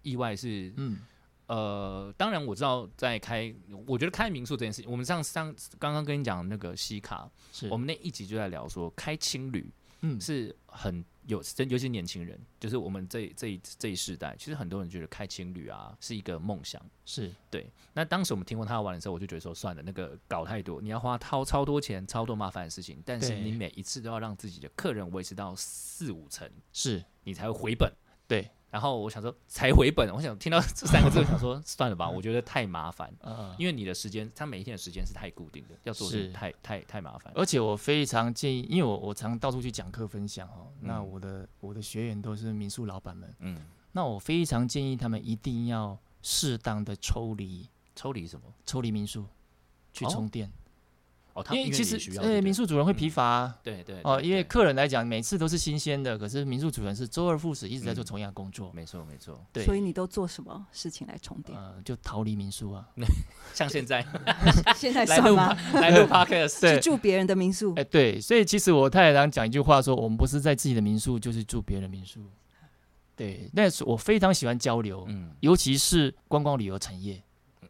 意外是，
嗯，
呃，当然我知道在开，我觉得开民宿这件事情，我们上上刚刚跟你讲那个西卡，
是
我们那一集就在聊说开青旅
嗯
是很有，真尤其是年轻人，就是我们这这一这一世代，其实很多人觉得开青旅啊是一个梦想。
是
对，那当时我们听过他玩的时候，我就觉得说算了，那个搞太多，你要花超超多钱、超多麻烦的事情，但是
对
你每一次都要让自己的客人维持到四五成，
是，
你才会回本。
对，
然后我想说才回本，我想听到这三个字，我想说算了吧，我觉得太麻烦，
呃，
因为你的时间，他每一天的时间是太固定的，要做的事
是
太太太麻烦。
而且我非常建议，因为我我常到处去讲课分享哦，那
嗯
我的我的学员都是民宿老板们，
嗯，
那我非常建议他们一定要适当的抽离
抽离什么？
抽离民宿，去
哦
充电，
哦，他
哦因为其
你
实
需要
呃民
宿
宿主人会疲乏啊。
对对
哦，
嗯对
因为
对
客人来讲，每次都是新鲜的，可是民宿主人是周而复始，一直在做
嗯
同样的工作，
没错没错，
对，
所以你都做什么事情来充电？
呃就逃离民宿啊，
像
[laughs]
现在
现在
啊来
算
录
吗？
来录 podcast，
去住别人的民
嗯
宿
哎、，对，所以其实我太常讲一句话说，我们不是在自己的民宿，就是住别人的民宿。对，但是我非常喜欢交流，
嗯，
尤其是观光旅游产业。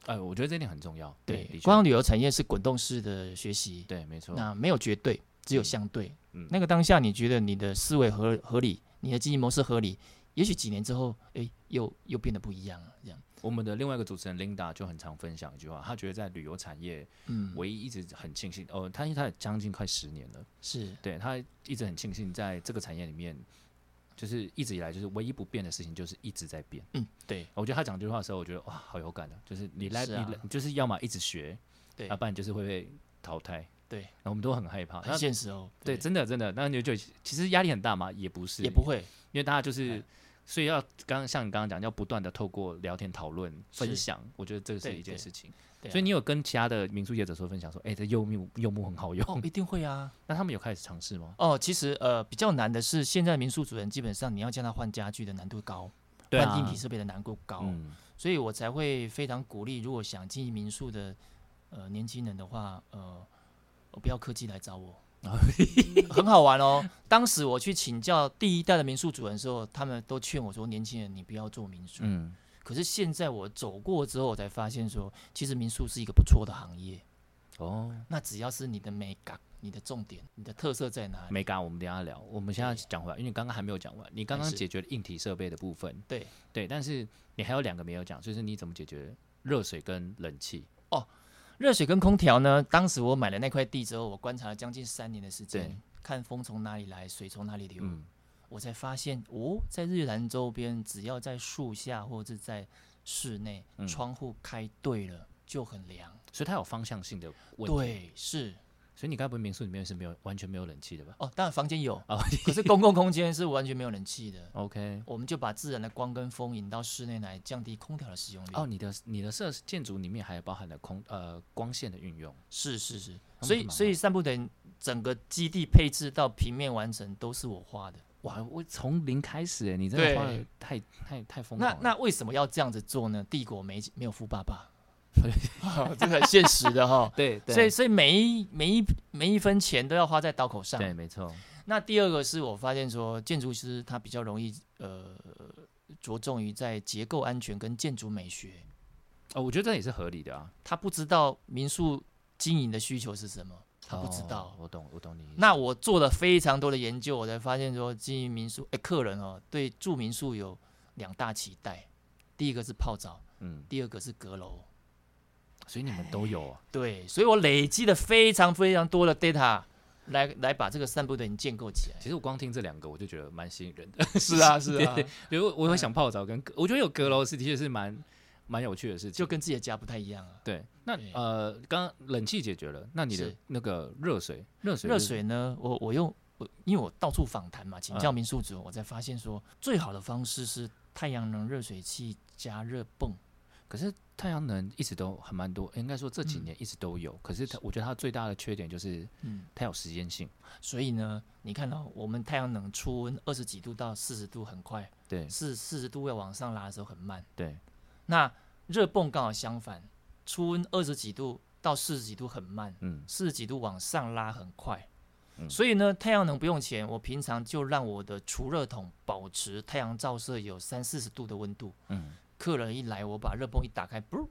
哎，我觉得这点很重要。
对，
的确
观光旅游产业是滚动式的学习，
对，没错。
那没有绝对，只有相对。
哦嗯
那个当下，你觉得你的思维合合理，你的经营模式合理，也许几年之后，哎、又又变得不一样了。这样，
我们的另外一个主持人 Linda 就很常分享一句话，她觉得在旅游产业
嗯，
唯一一直很庆幸，哦，她因为她也将近快十年了，
是
对她一直很庆幸在这个产业里面，就是一直以来就是唯一不变的事情就是一直在变。
嗯，对
我觉得她讲这句话的时候，我觉得哇，好有感啊！就是你来，
是啊
你来，你就是要么一直学，啊
对
要，不然就是会被淘汰。
对
然后我们都很害怕。
很
那
现实哦。
对，真的真的，那你就其实压力很大嘛，也不是，
也不会，
因为大家
哎
就是，所以要刚刚像你刚刚讲，要不断的透过聊天讨论、分
是
享，我觉得这是
对
一件
对
事情。
对啊
所以你有跟其他的民宿业者说分享说，哎、这柚木柚木很好用，
哦，一定会啊。
那他们有开始尝试吗？
哦，其实呃比较难的是，现在民宿主人基本上你要叫他换家具的难度高，
啊
换硬体设备的难度高，
嗯，
所以我才会非常鼓励，如果想经营民宿的呃年轻人的话，呃，呃不要客气来找我，很好玩哦。当时我去请教第一代的民宿主人的时候，他们都劝我说，年轻人你不要做民宿。
嗯，
可是现在我走过之后，我才发现说，其实民宿是一个不错的行业。
哦，
那只要是你的美感、你的重点、你的特色在哪里？
没嘎，我们等一下聊。我们现在
对
讲回来，因为你刚刚还没有讲完，你刚
还
刚
哎是
解决了硬体设备的部分，
对
对，但是你还有两个没有讲，就是你怎么解决热水跟冷气？
热水跟空调呢？当时我买了那块地之后，我观察了将近三年的时
对
间，看风从哪里来，水从哪里流，
嗯，
我才发现哦，在日兰周边，只要在树下或者是在室内，
嗯
窗户开对了就很凉。
所以它有方向性的问题。
对，是
所以你该不会民宿里面是没有完全没有冷气的吧
哦，当然房间有，
[laughs] 哦
[laughs] 可是公共空间是完全没有冷气的。
？OK，
我们就把自然的光跟风引到室内来，降低空调的使用率。
哦，，你的你的设建筑里面还包含了空呃光线的运用，
是是是，
那
所
蛮
以
好
所以散步等整个基地配置到平面完成都是我画的。
哇，我从零开始哎，你真的画
对
的太太太疯
那
狂了。。
那为什么要这样子做呢？帝国没没有富爸爸，哦 [laughs] 这个很现实的哈 [laughs]
对对，
所以，所以每一每一每一分钱都要花在刀口上。
对，没错，
那第二个是我发现说，建筑师他比较容易呃着重于在结构安全跟建筑美学，
哦，我觉得这也是合理的啊，
他不知道民宿经营的需求是什么，他不知
哦
道。
我懂，我懂你意思。
那我做了非常多的研究，我才发现说，经营民宿，哎，客人哦，对住民宿有两大期待，第一个是泡澡，
嗯，
第二个是阁楼。
所以你们都有啊，
对，所以我累积了非常非常多的 data 来来把这个散步的人建构起来。
其实我光听这两个我就觉得蛮吸引人 [laughs] 的，
是啊，是啊，
比如我会想泡澡跟阁，我觉得有阁楼是的确是蛮蛮有趣的事情，
就跟自己的家不太一样啊。
对。那
对
呃，刚刚冷气解决了，那你的
是
那个热水，热水就
热
是
水呢，我我用我因为我到处访谈嘛，请教
嗯
民宿主，我才发现说最好的方式是太阳能热水器加热泵。
可是太阳能一直都还蛮多，应该说这几
嗯
年一直都有。可是它，我觉得它最大的缺点就是
嗯，
它有时间性。
所以呢，你看到我们太阳能出温二十几度到四十度很快，
对
是四十度要往上拉的时候很慢。
对，
那热泵刚好相反，出温二十几度到四十几度很慢，
嗯，
四十几度往上拉很快。
嗯
所以呢，太阳能不用钱，我平常就让我的除热桶保持太阳照射有三四十度的温度。
嗯，
客人一来，我把热泵一打开，不，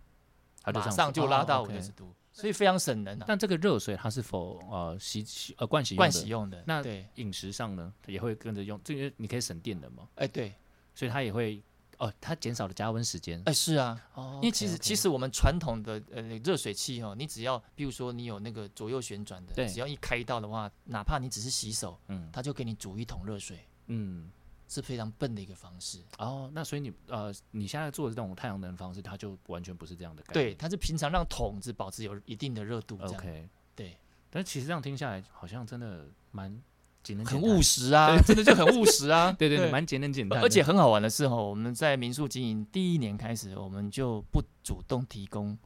它就
马
这样
上
子
就拉到
哦
五
，OK
六十度，所以非常省人啊。
但这个热水它是否呃洗洗呃盥洗用
惯
的
洗用的，
那
对，
饮食上呢也会跟着用，这个你可以省电的嘛，
哎对，
所以它也会哦，它减少了加温时间。
哎是啊，
哦
因为其实其实我们传统的呃热水器哦，你只要比如说你有那个左右旋转的，
对
只要一开到的话，哪怕你只是洗手，
嗯
它就给你煮一桶热水，
嗯
是非常笨的一个方式。
哦，那所以你呃你现在做的这种太阳能方式，它就完全不是这样的概
对，
念。
它是平常让桶子保持有一定的热度，这样
，OK。
对，
但其实这样听下来，好像真的蛮节能
很
减碳
务实啊，真的就很务实 [laughs] 啊。
对对对，蛮节能减碳的，
而且很好玩的是哦，我们在民宿经营第一年开始，我们就不主动提供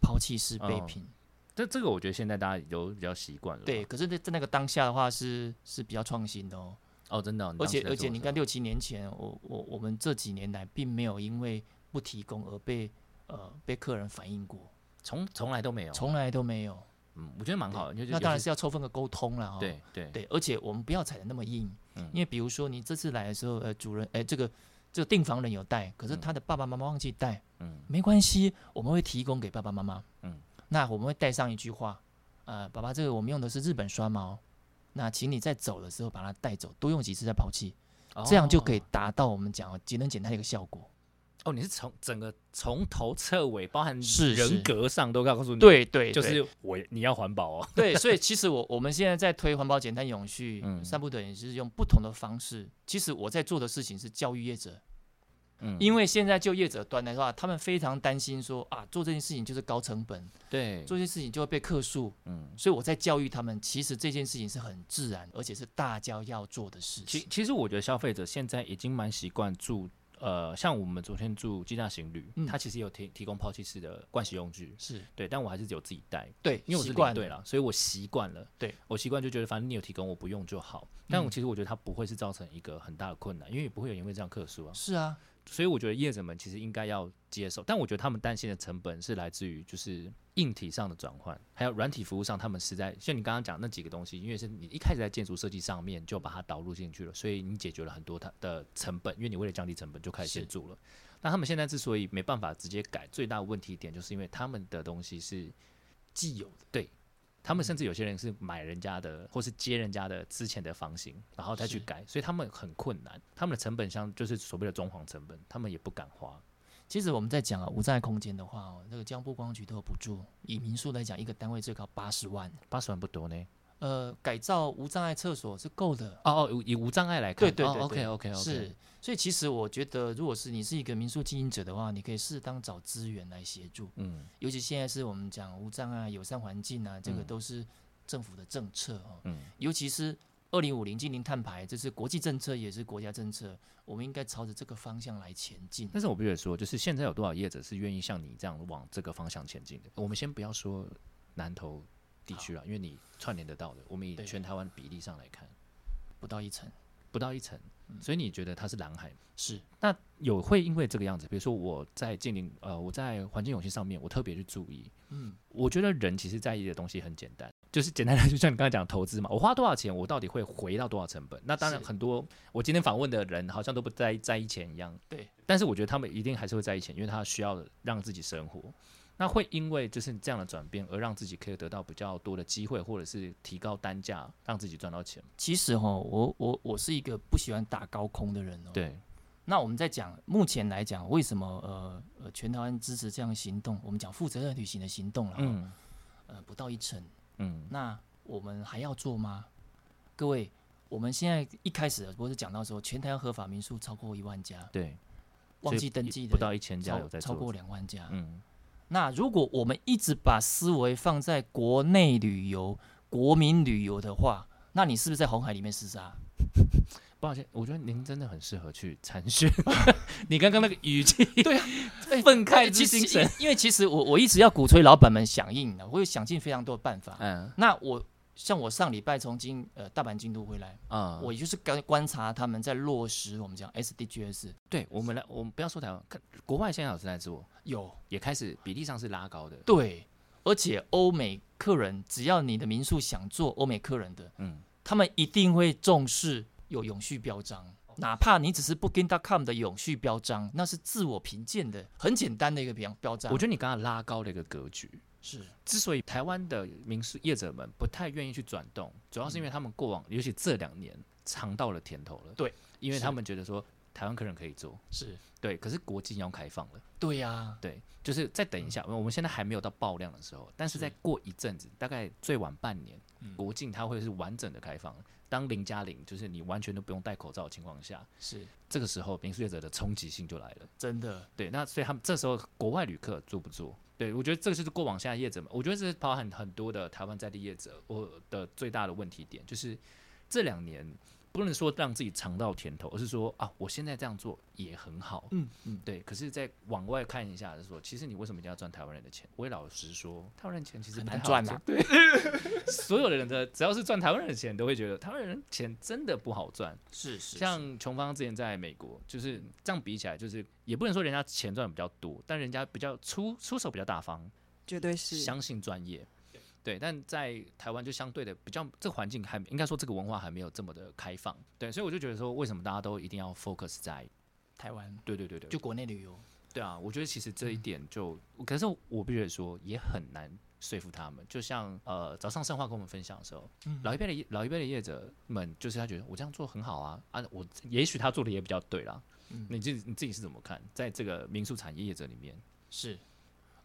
抛弃式备
哦
品。
这这个我觉得现在大家有比较习惯了吧。
对，可是在在那个当下的话是是比较创新的哦，
哦，真的哦、你
而
当时
且而
在做
且
的
你
时
看
候
六七年前，我我我们这几年来并没有因为不提供而被呃被客人反映过，
从从来都没有，
从来都没有。
嗯，我觉得蛮好的，就
那当然
是
是要抽分个沟通了哈、哦。
对对
对，而且我们不要踩的那么硬，
嗯
因为比如说你这次来的时候，呃，主人，哎、这个这个订房人有带，可是
嗯
他的爸爸妈妈忘记带，
嗯
没关系，我们会提供给爸爸妈妈，
嗯，
那我们会带上一句话，呃，爸爸，这个我们用的是日本刷毛，那请你在走的时候把它带走，多用几次再抛弃，这样就可以
哦
达到我们讲的节能减碳的一个效果。
哦，你是从整个从头彻尾，包含
是
人
是
格上都告诉你，，
对对，
就
对
是我你要环保哦，
对，所以其实我我们现在在推环保、简单、永续，
嗯
散步的人是用不同的方式。其实我在做的事情是教育业者，
嗯
因为现在就业者端来的话，他们非常担心说啊，做这件事情就是高成本，
对，
做这件事情就会被克数，
嗯，
所以我在教育他们，其实这件事情是很自然，而且是大家要做的事
其
情。
其实我觉得消费者现在已经蛮习惯住。呃，像我们昨天住鸡大行旅，
嗯
它其实有提提供抛弃式的盥洗用具，
是
对，但我还是有自己带，
对，
因为我是
习
领
惯
队
了
啦，所以我习惯了。
对，
我习惯就觉得反正你有提供，我不用就好。但我
嗯
其实我觉得它不会是造成一个很大的困难，因为也不会有因为这样克数啊。
是啊，
所以我觉得业者们其实应该要接受，但我觉得他们担心的成本是来自于就是硬体上的转换，还有软体服务上，他们实在像你刚刚讲那几个东西，因为是你一开始在建筑设计上面就把它导入进去了，所以你解决了很多它的成本，因为你为了降低成本就开始先
是
做了。那他们现在之所以没办法直接改，最大的问题点就是因为他们的东西是既有的，对他们甚至有些人是买人家的，或是接人家的之前的房型，然后再去
是
改，所以他们很困难。他们的成本像就是所谓的装潢成本，他们也不敢花。
其实我们在讲啊，无障碍空间的话哦，那个江部光局都有补助，以民宿来讲，一个单位最高八十万，
八十万不多呢。
呃，改造无障碍厕所是够的。
哦哦，以以无障碍来看，
对对对
哦、，OK OK OK，
是，所以其实我觉得，如果是你是一个民宿经营者的话，你可以适当找资源来协助，
嗯
尤其现在是我们讲无障碍、友善环境啊，这个
嗯
都是政府的政策哦，
嗯
尤其是。二零五零近零碳排，这是国际政策，也是国家政策，我们应该朝着这个方向来前进。
但是我必须得说，就是现在有多少业者是愿意像你这样往这个方向前进的？我们先不要说南投地区了，因为你串联得到的，我们以
对
全台湾比例上来看，
不到一成，
不到一层，所以你觉得它是蓝海吗？
嗯是
那有会因为这个样子，比如说我在建林，呃，我在环境永续上面，我特别去注意。
嗯，
我觉得人其实在意的东西很简单，就是简单的，就像你刚才讲投资嘛，我花多少钱，我到底会回到多少成本？那当然，
是
很多我今天访问的人好像都不在在意钱一样。
对，
但是我觉得他们一定还是会在意钱，因为他需要让自己生活。那会因为就是这样的转变，而让自己可以得到比较多的机会，或者是提高单价，让自己赚到钱。
其实哈，我我我是一个不喜欢打高空的人哦。
对，
那我们在讲目前来讲，为什么呃呃全台湾支持这样的行动？我们讲负责任旅行的行动了，嗯，
嗯
呃不到一成，
嗯，
那我们还要做吗？各位，我们现在一开始不是讲到说，全台湾合法民宿超过一万家，
对，
忘
所以
记登记
不
的
到一千家有
超
在
超
做
过两万家。
嗯
那如果我们一直把思维放在国内旅游、国民旅游的话，那你是不是在红海里面厮杀？
抱歉，我觉得您真的很适合去参 [laughs] 选。你刚刚那个语气， [laughs] 对啊
哎
愤慨
其
之
实
精神。，
因因为 [laughs] 其实我我一直要鼓吹老板们响应的，我会想尽非常多的办法。
嗯
那我像我上礼拜从京呃大阪京都回来，
啊，
我也就是观观察他们在落实我们讲 SDGs
对我们来，我们不要说台湾，看国外现在有正在做，
有
也开始比例上是拉高的。
对，而且欧美客人只要你的民宿想做欧美客人的，
嗯，
他们一定会重视有永续标章。哪怕你只是 Booking.com 的永续标章，那是自我评鉴的，很简单的一个标标章。
我觉得你刚刚拉高了一个格局。
是
之所以台湾的民宿业者们不太愿意去转动，主要是因为他们过往，尤其这两年尝到了甜头了。
对，
因为
是
他们觉得说台湾客人可以做，
是，
对，可是国际要开放了。
对呀、
对，就是再等一下，我们现在还没有到爆量的时候，但是再过一阵子，大概最晚半年，国境它会是完整的开放。当零加零，就是你完全都不用戴口罩的情况下，
是
这个时候民宿业者的冲击性就来了。
真的。
对，那所以他们这时候国外旅客做不做？对我觉得这个就是过往现在业者们，我觉得这是包含很多的台湾在地业者我的最大的问题点，就是这两年不能说让自己尝到甜头，而是说啊，我现在这样做也很好，
嗯嗯，
对，可是再往外看一下，就是说，其实你为什么一定要赚台湾人的钱？我也老实说，台湾人钱其实
很
不
难
太好
赚啊
对， [laughs] 所有的人的只要是赚台湾人的钱，都会觉得台湾人钱真的不好赚。
是是像
像琼芳之前在美国，就是这样比起来，就是也不能说人家钱赚的比较多，但人家比较出出手比较大方，
绝对是。
相信专业。对，但在台湾就相对的比较，这环境还应该说这个文化还没有这么的开放。对，所以我就觉得说，为什么大家都一定要 focus 在
台湾
对对对对，
就国内旅游，
对啊，我觉得其实这一点就，可是我必须得说，也很难说服他们。就像呃，早上盛化跟我们分享的时候，
嗯
老一辈的业老一辈的业者们，就是他觉得我这样做很好啊啊，我也许他做的也比较对啦。
嗯
你自己你自己是怎么看？在这个民宿产业业者里面，
是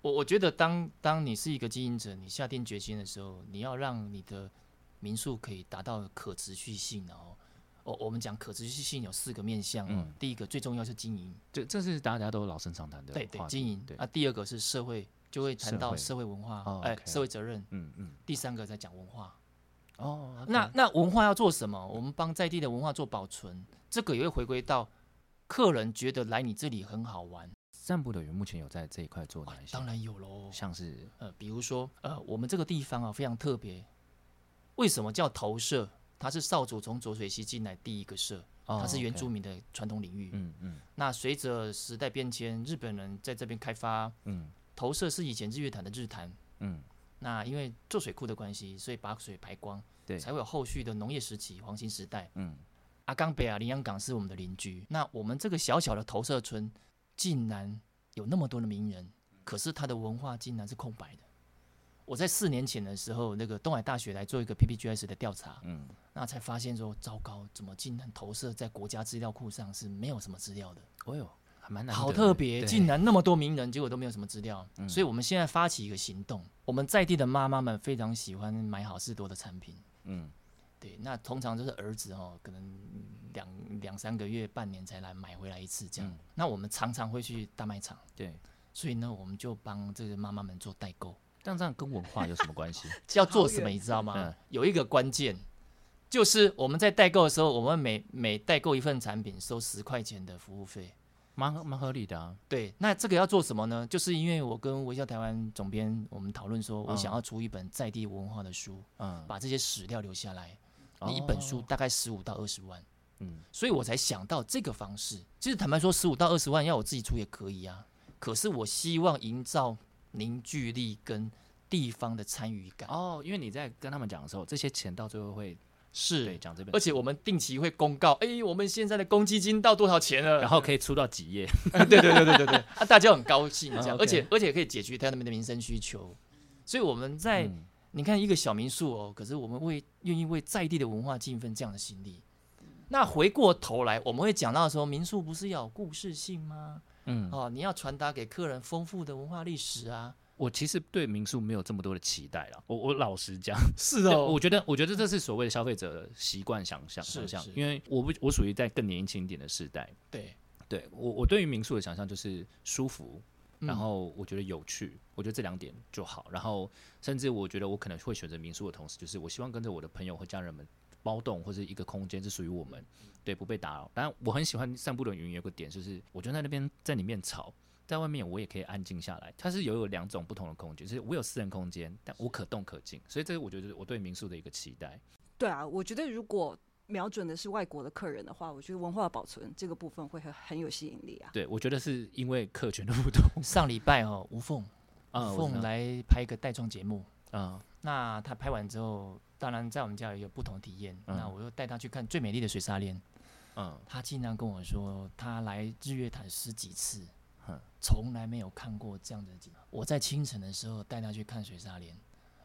我我觉得当当你是一个经营者，你下定决心的时候，你要让你的民宿可以达到可持续性的哦。哦，我们讲可持续性有四个面向、哦，
嗯
第一个最重要是经营，
这这是大家都老生常谈的
对
话
对，
题
经营
对，
啊，第二个是社会，就会谈
社
到
会
社会文化，哎、
哦 OK
社会责任，
嗯嗯，
第三个在讲文化。
哦，
那那文化要做什么？我们帮在地的文化做保存，这个也会回归到客人觉得来你这里很好玩，
散步的人目前有在这一块做
啊
哪一些？
当然有喽。
像是
呃，比如说，呃，我们这个地方啊非常特别，为什么叫投射？它是少主从浊水溪进来第一个社，
哦
它是原
OK
住民的传统领域。
嗯嗯
那随着时代变迁，日本人在这边开发
嗯
投射，是以前日月潭的日潭。
嗯，
那因为做水库的关系，所以把水排光，
对，
才会有后续的农业时期、黄金时代。
嗯
阿冈北啊，林洋港是我们的邻居。那我们这个小小的投射村，竟然有那么多的名人，可是它的文化竟然是空白的。我在四年前的时候，那个东海大学来做一个 PPGS 的调查，
嗯
那才发现说，糟糕，怎么竟然投射在国家资料库上是没有什么资料的？
哦哟，还蛮难得的，
好特别，
对嗯
竟然那么多名人，结果都没有什么资料。所以我们现在发起一个行动，我们在地的妈妈们非常喜欢买好事多的产品。
嗯。
对，那通常就是儿子哦，可能两两三个月、半年才来买回来一次这样。
嗯
那我们常常会去大卖场，
对，
所以呢，我们就帮这个妈妈们做代购。
但这样跟文化有什么关系？
要做什么，你知道吗？
嗯
有一个关键，就是我们在代购的时候，我们每每代购一份产品收十块钱的服务费。
蛮蛮合理的啊。
对，那这个要做什么呢？就是因为我跟微笑台湾总编我们讨论说，我
嗯
想要出一本在地文化的书，
嗯，
把这些史料留下来。你一本书
哦
大概十五到二十万，
嗯
所以我才想到这个方式。其实坦白说，十五到二十万要我自己出也可以啊，可是我希望营造凝聚力跟地方的参与感。
哦，因为你在跟他们讲的时候，这些钱到最后会对
是，
讲这边，
而且我们定期会公告，哎、我们现在的公积金到多少钱了？
然后可以出到几页，
对对对对对对，啊，大家很高兴这
啊
样，
，OK
而且而且可以解决他们的民生需求。所以我们在、
嗯
你看一个小民宿哦，可是我们为愿意为在地的文化尽一份这样的心力。那回过头来，我们会讲到说，民宿不是要有故事性吗？
嗯，
哦，你要传达给客人丰富的文化历史啊。
我其实对民宿没有这么多的期待了。我我老实讲，
是
对我觉得我觉得这是所谓的消费者习惯想象
是
想象
是，
因为我不我属于在更年轻一点的世代，
对，
对我我对于民宿的想象就是舒服，
嗯
然后我觉得有趣，我觉得这两点就好。然后甚至我觉得我可能会选择民宿的同时，就是我希望跟着我的朋友和家人们包栋或是一个空间是属于我们，对，不被打扰。当然我很喜欢散步的云有个点，就是我就在那边在里面吵。在外面我也可以安静下来，它是有有两种不同的空间，就是我有私人空间，但我可动可静，所以这是我觉得我对民宿的一个期待。
对啊，我觉得如果瞄准的是外国的客人的话，我觉得文化保存这个部分会很很有吸引力啊。
对我觉得是因为客群的不同 [laughs]
上礼拜哦，吴凤，
啊，
吴
我知
凤
道
来拍一个带妆节目，
啊，
那他拍完之后，当然在我们家也有不同体验。
嗯
那我又带他去看最美丽的水沙链，
嗯，
他竟然跟我说，他来日月潭十几次
哼，
从来没有看过这样的景。我在清晨的时候带他去看水沙连，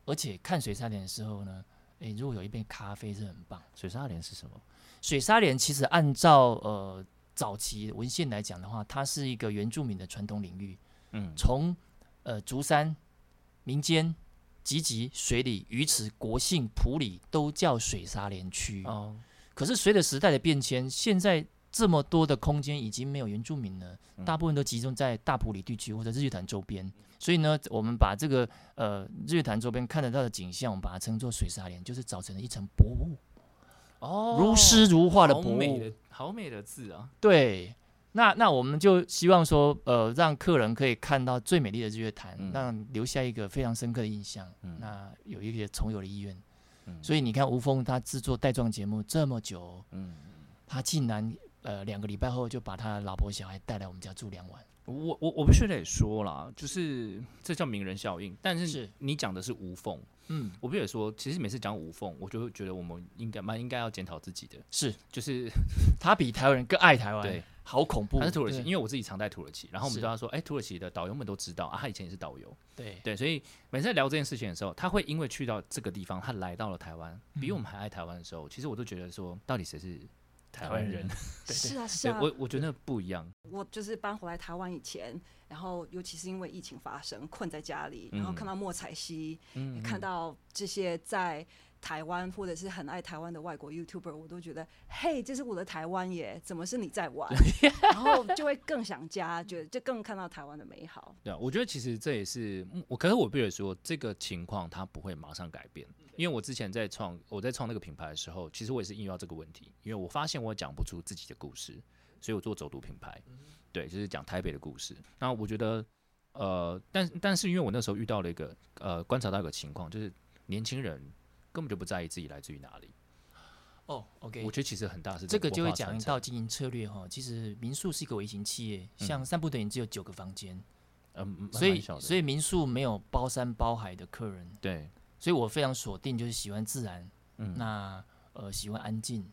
而且看水沙连的时候呢，诶，如果有一杯咖啡是很棒。
水沙莲是什么？
水沙连其实按照呃早期文献来讲的话，它是一个原住民的传统领域，
嗯
从呃竹山、民间、集集、水里、鱼池、国姓、埔里都叫水沙连区。
哦，
可是随着时代的变迁，现在这么多的空间已经没有原住民了，
嗯
大部分都集中在大埔里地区或者日月潭周边。所以呢，我们把这个呃日月潭周边看得到的景象，我们把它称作水沙连，就是造成了一层薄雾，
哦
如诗如画的
好
薄雾。
美的好美的字啊！
对，那那我们就希望说，呃，让客人可以看到最美丽的日月潭，
嗯
让留下一个非常深刻的印象。
嗯
那有一些从有的意愿，
嗯
所以你看吴峰他制作带状节目这么久哦，
嗯
他竟然呃两个礼拜后就把他的老婆小孩带来我们家住两晚。
我我我必须得说啦，就是这叫名人效应，但是
是
你讲的是无缝，
嗯，
我必须得说，其实每次讲无缝，我就会觉得我们应该蛮应该要检讨自己的，
是
就是
他比台湾人更爱台湾，
对，
好恐怖。
他是土耳其，因
为
为我自己常在土耳其，然后我们
是
知道说，哎，土耳其的导游们都知道啊，他以前也是导游，
对
对，所以每次在聊这件事情的时候，他会因为去到这个地方，他来到了台湾，比我们还爱台湾的时候，其实我都觉得说，到底谁是台湾人？
是啊，
[laughs]
是
对
啊，
我我觉得不一样，
我就是搬回来台湾以前，然后尤其是因为疫情发生，困在家里，然后看到莫彩希，也看到这些在台湾或者是很爱台湾的外国 YouTuber，我都觉得，嘿，这是我的台湾耶，怎么是你在 [laughs] 玩？然后就会更想家，觉得就更看到台湾的美好。 [laughs]
对啊，我觉得其实这也是嗯我，可是我必须说，这个情况它不会马上改变，因为我之前在创我在创那个品牌的时候，其实我也是遇到这个问题，因为我发现我讲不出自己的故事，所以我做走读品牌，对，就是讲台北的故事。那我觉得，呃，但但是因为我那时候遇到了一个呃，观察到一个情况，就是年轻人根本就不在意自己来自于哪里，
哦，OK，
我觉得其实很大是
这个就
文
会
化
讲
传承
到经营策略哈、哦。其实民宿是一个微型企业，
嗯
像散步的人只有九个房间，
嗯，
所以所
以
以民宿没有包山包海的客人，
对，
所以我非常锁定就是喜欢自然，
嗯
那呃喜欢安静，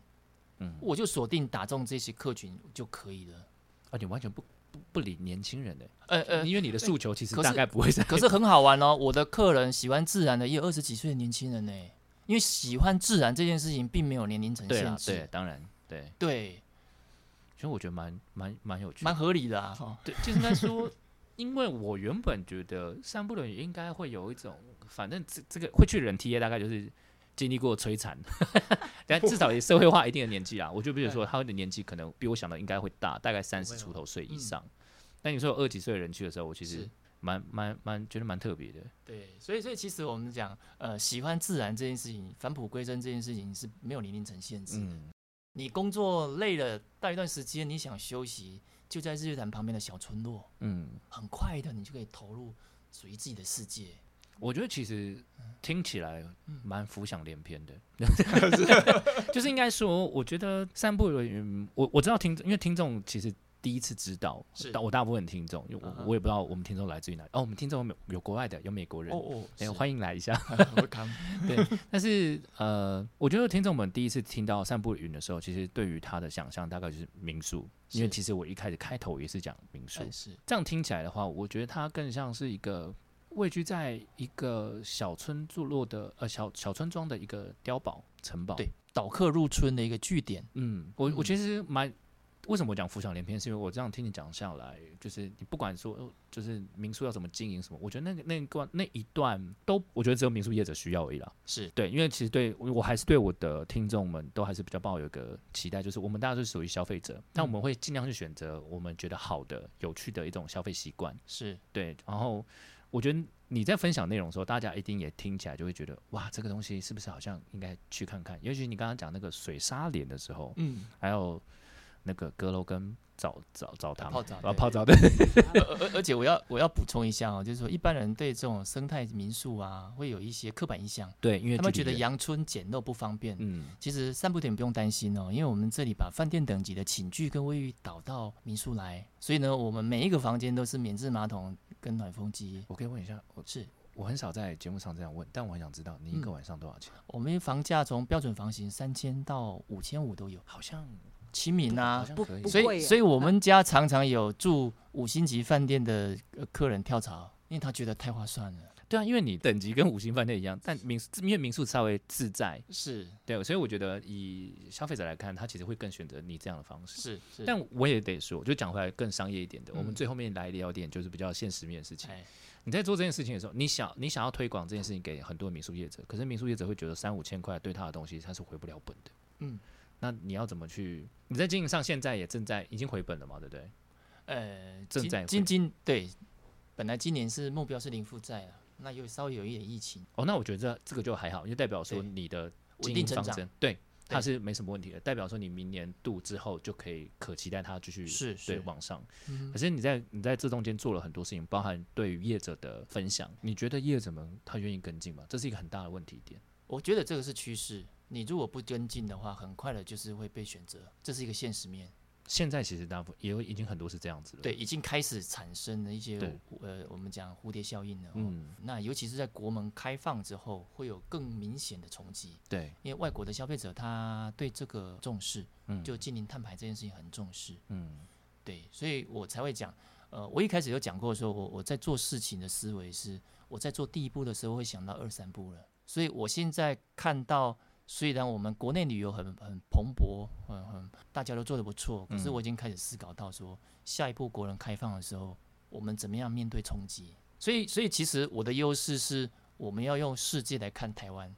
嗯
我就锁定打中这些客群就可以了。
啊，你完全不不不理年轻人的、
呃呃，
因为你的诉求其实
可
大
是
概不会在。
可是很好玩哦，我的客人喜欢自然的也有二十几岁的年轻人呢，因为喜欢自然这件事情并没有年龄层
对
限
啦，
制，
对，当然对，
对
其实我觉得蛮蛮蛮有趣的，
蛮合理的啊。哦
对，就是应该说，因为我原本觉得散步的人应该会有一种，反正这这个会去人 T A 大概就是经历过摧残，但至少也社会化一定的年纪啦。我就比如说他的年纪可能比我想的应该会大，大概三十
会
出
哦
头岁以
嗯
上。但你说有二十几岁的人去的时候，我其实
是
蛮蛮蛮觉得蛮特别的。
对，所以所以其实我们讲，呃，喜欢自然这件事情，返璞归真这件事情是没有年龄层限制。
嗯，
你工作累了，到一段时间你想休息，就在日月潭旁边的小村落，
嗯，
很快的你就可以投入属于自己的世界。
我觉得其实听起来蛮浮想联翩的，
嗯
[laughs] 就是应该说，我觉得散步人员，我我知道听，因为听众其实第一次知道，
是
但我大部分听众，因为
嗯
我
哼
我也不知道我们听众来自于哪里。哦，我们听众有美有国外的，有美国人，
哦
哎、
是哎
欢迎来一下。 [laughs]
[laughs] Welcome
但是呃，我觉得听众们第一次听到散步云的时候，其实对于他的想象大概就是民宿，因为
是
其实我一开始开头也是讲民宿
哎，是
这样听起来的话，我觉得它更像是一个位居在一个小村坐落的呃小小村庄的一个碉堡城堡。
对，岛客入村的一个据点，
嗯，我我
嗯
其实蛮。为什么我讲浮想联翩？是因为我这样听你讲下来，就是你不管说，呃就是民宿要怎么经营什么，我觉得那个那一段那一段都，我觉得只有民宿业者需要而已啦。
是
对，因为其实对我我还是对我的听众们都还是比较抱有一个期待，就是我们大家都是属于消费者，
嗯
但我们会尽量去选择我们觉得好的、有趣的一种消费习惯。
是
对，然后我觉得你在分享内容的时候，大家一定也听起来就会觉得，哇，这个东西是不是好像应该去看看？尤其你刚刚讲那个水沙脸的时候，
嗯，
还有那个阁楼跟澡澡澡堂
泡澡
啊
对
泡澡的，
而而而且我要我要补充一下哦，就是说一般人对这种生态民宿啊，会有一些刻板印象，
对，因为
他们
距
觉得
离远，
阳春简陋不方便。
嗯，
其实散步点不用担心哦，因为我们这里把饭店等级的寝具跟卫浴导到民宿来，所以呢，我们每一个房间都是免治马桶跟暖风机。
我可以问一下，我
是
我很少在节目上这样问，但我很想知道你一个
嗯
晚上多少钱？
我们房价从标准房型三千到五千五都有，
好像
亲民啊
好。像
不
可以
不
所
贵
以，
耶
所以我们家常常有住五星级饭店的呃客人跳槽，因为他觉得太划算了。
对啊，因为你等级跟五星饭店一样，但民宿因为民宿稍微自在，
是
对，所以我觉得以消费者来看，他其实会更选择你这样的方式。
是是，
但我也得说，就讲回来更商业一点的，我们
嗯
最后面来聊点就是比较现实面的事情。
哎
你在做这件事情的时候，你想你想要推广这件事情给很多民宿业者，可是民宿业者会觉得三五千块对他的东西他是回不了本的。
嗯，
那你要怎么去？你在经营上现在也正在已经回本了嘛，对不对？
呃，
正
今
在回
今今对，本来今年是目标是零负债了，那又稍微有一点疫情，
哦，那我觉得这这个就还好，因为代表说
对
你的
稳
经
定
营
成
方
长
针，对，它
对
是没什么问题的，代表说你明年度之后就可以可期待它继续
是
对
是
往上。
嗯
可是你在你在这中间做了很多事情，包含对于业者的分享，你觉得业者们他愿意跟进吗？这是一个很大的问题点。
我觉得这个是趋势。你如果不跟进的话，很快的就是会被选择，这是一个现实面。
现在其实大部分也有已经很多是这样子了。
对，，已经开始产生了一些
对
呃，我们讲蝴蝶效应了、哦。
嗯，
那尤其是在国门开放之后，会有更明显的冲击，
对，
因为外国的消费者他对这个重视，
嗯，
就近零碳排这件事情很重视。
嗯
对，所以我才会讲，呃，我一开始有讲过说，我我在做事情的思维是，我在做第一步的时候会想到二三步了，所以我现在看到，虽然我们国内旅游很很蓬勃，很很大家都做得不错，可是
嗯
我已经开始思考到说，下一步国人开放的时候，我们怎么样面对冲击？所以，所以其实我的优势是，我们要用世界来看台湾，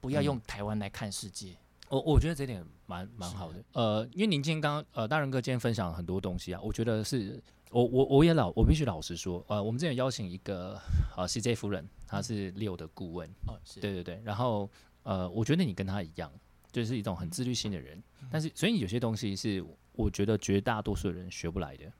不要
嗯
用台湾来看世界。
我我觉得这点蛮蛮
是
好的，呃，因为您今天刚呃大仁哥今天分享了很多东西啊，我觉得是我我我也老我必须老实说，呃，我们之前邀请一个呃 CJ 夫人，她是六的顾问，
哦，是
对对对，然后呃，我觉得你跟她一样，就是一种很自律性的人，
嗯
但是所以有些东西是我觉得绝大多数人学不来的，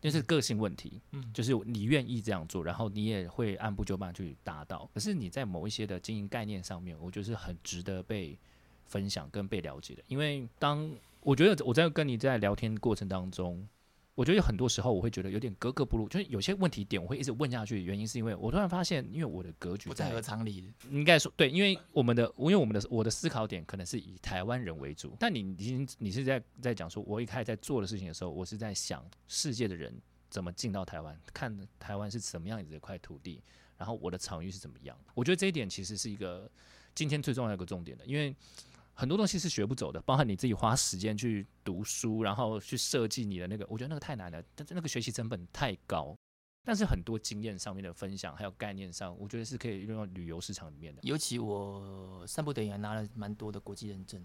就是个性问题，
嗯
就是你愿意这样做，然后你也会按部就班去达到，可是你在某一些的经营概念上面，我觉得是很值得被分享跟被了解的，因为当我觉得我在跟你在聊天过程当中。我觉得有很多时候我会觉得有点格格不入，就是有些问题点我会一直问下去，原因是因为我突然发现，因为我的格局
不太合常理。
应该说对，因为我们的，因为我们的我的思考点可能是以台湾人为主，但你已经你是在在讲说，我一开始在做的事情的时候，我是在想世界的人怎么进到台湾，看台湾是什么样子的一块土地，然后我的场域是怎么样。我觉得这一点其实是一个今天最重要的一个重点的，因为很多东西是学不走的，包含你自己花时间去读书，然后去设计你的那个，我觉得那个太难了，但是那个学习成本太高。但是很多经验上面的分享，还有概念上，我觉得是可以用到旅游市场里面的。
尤其我散步等于拿了蛮多的国际认证，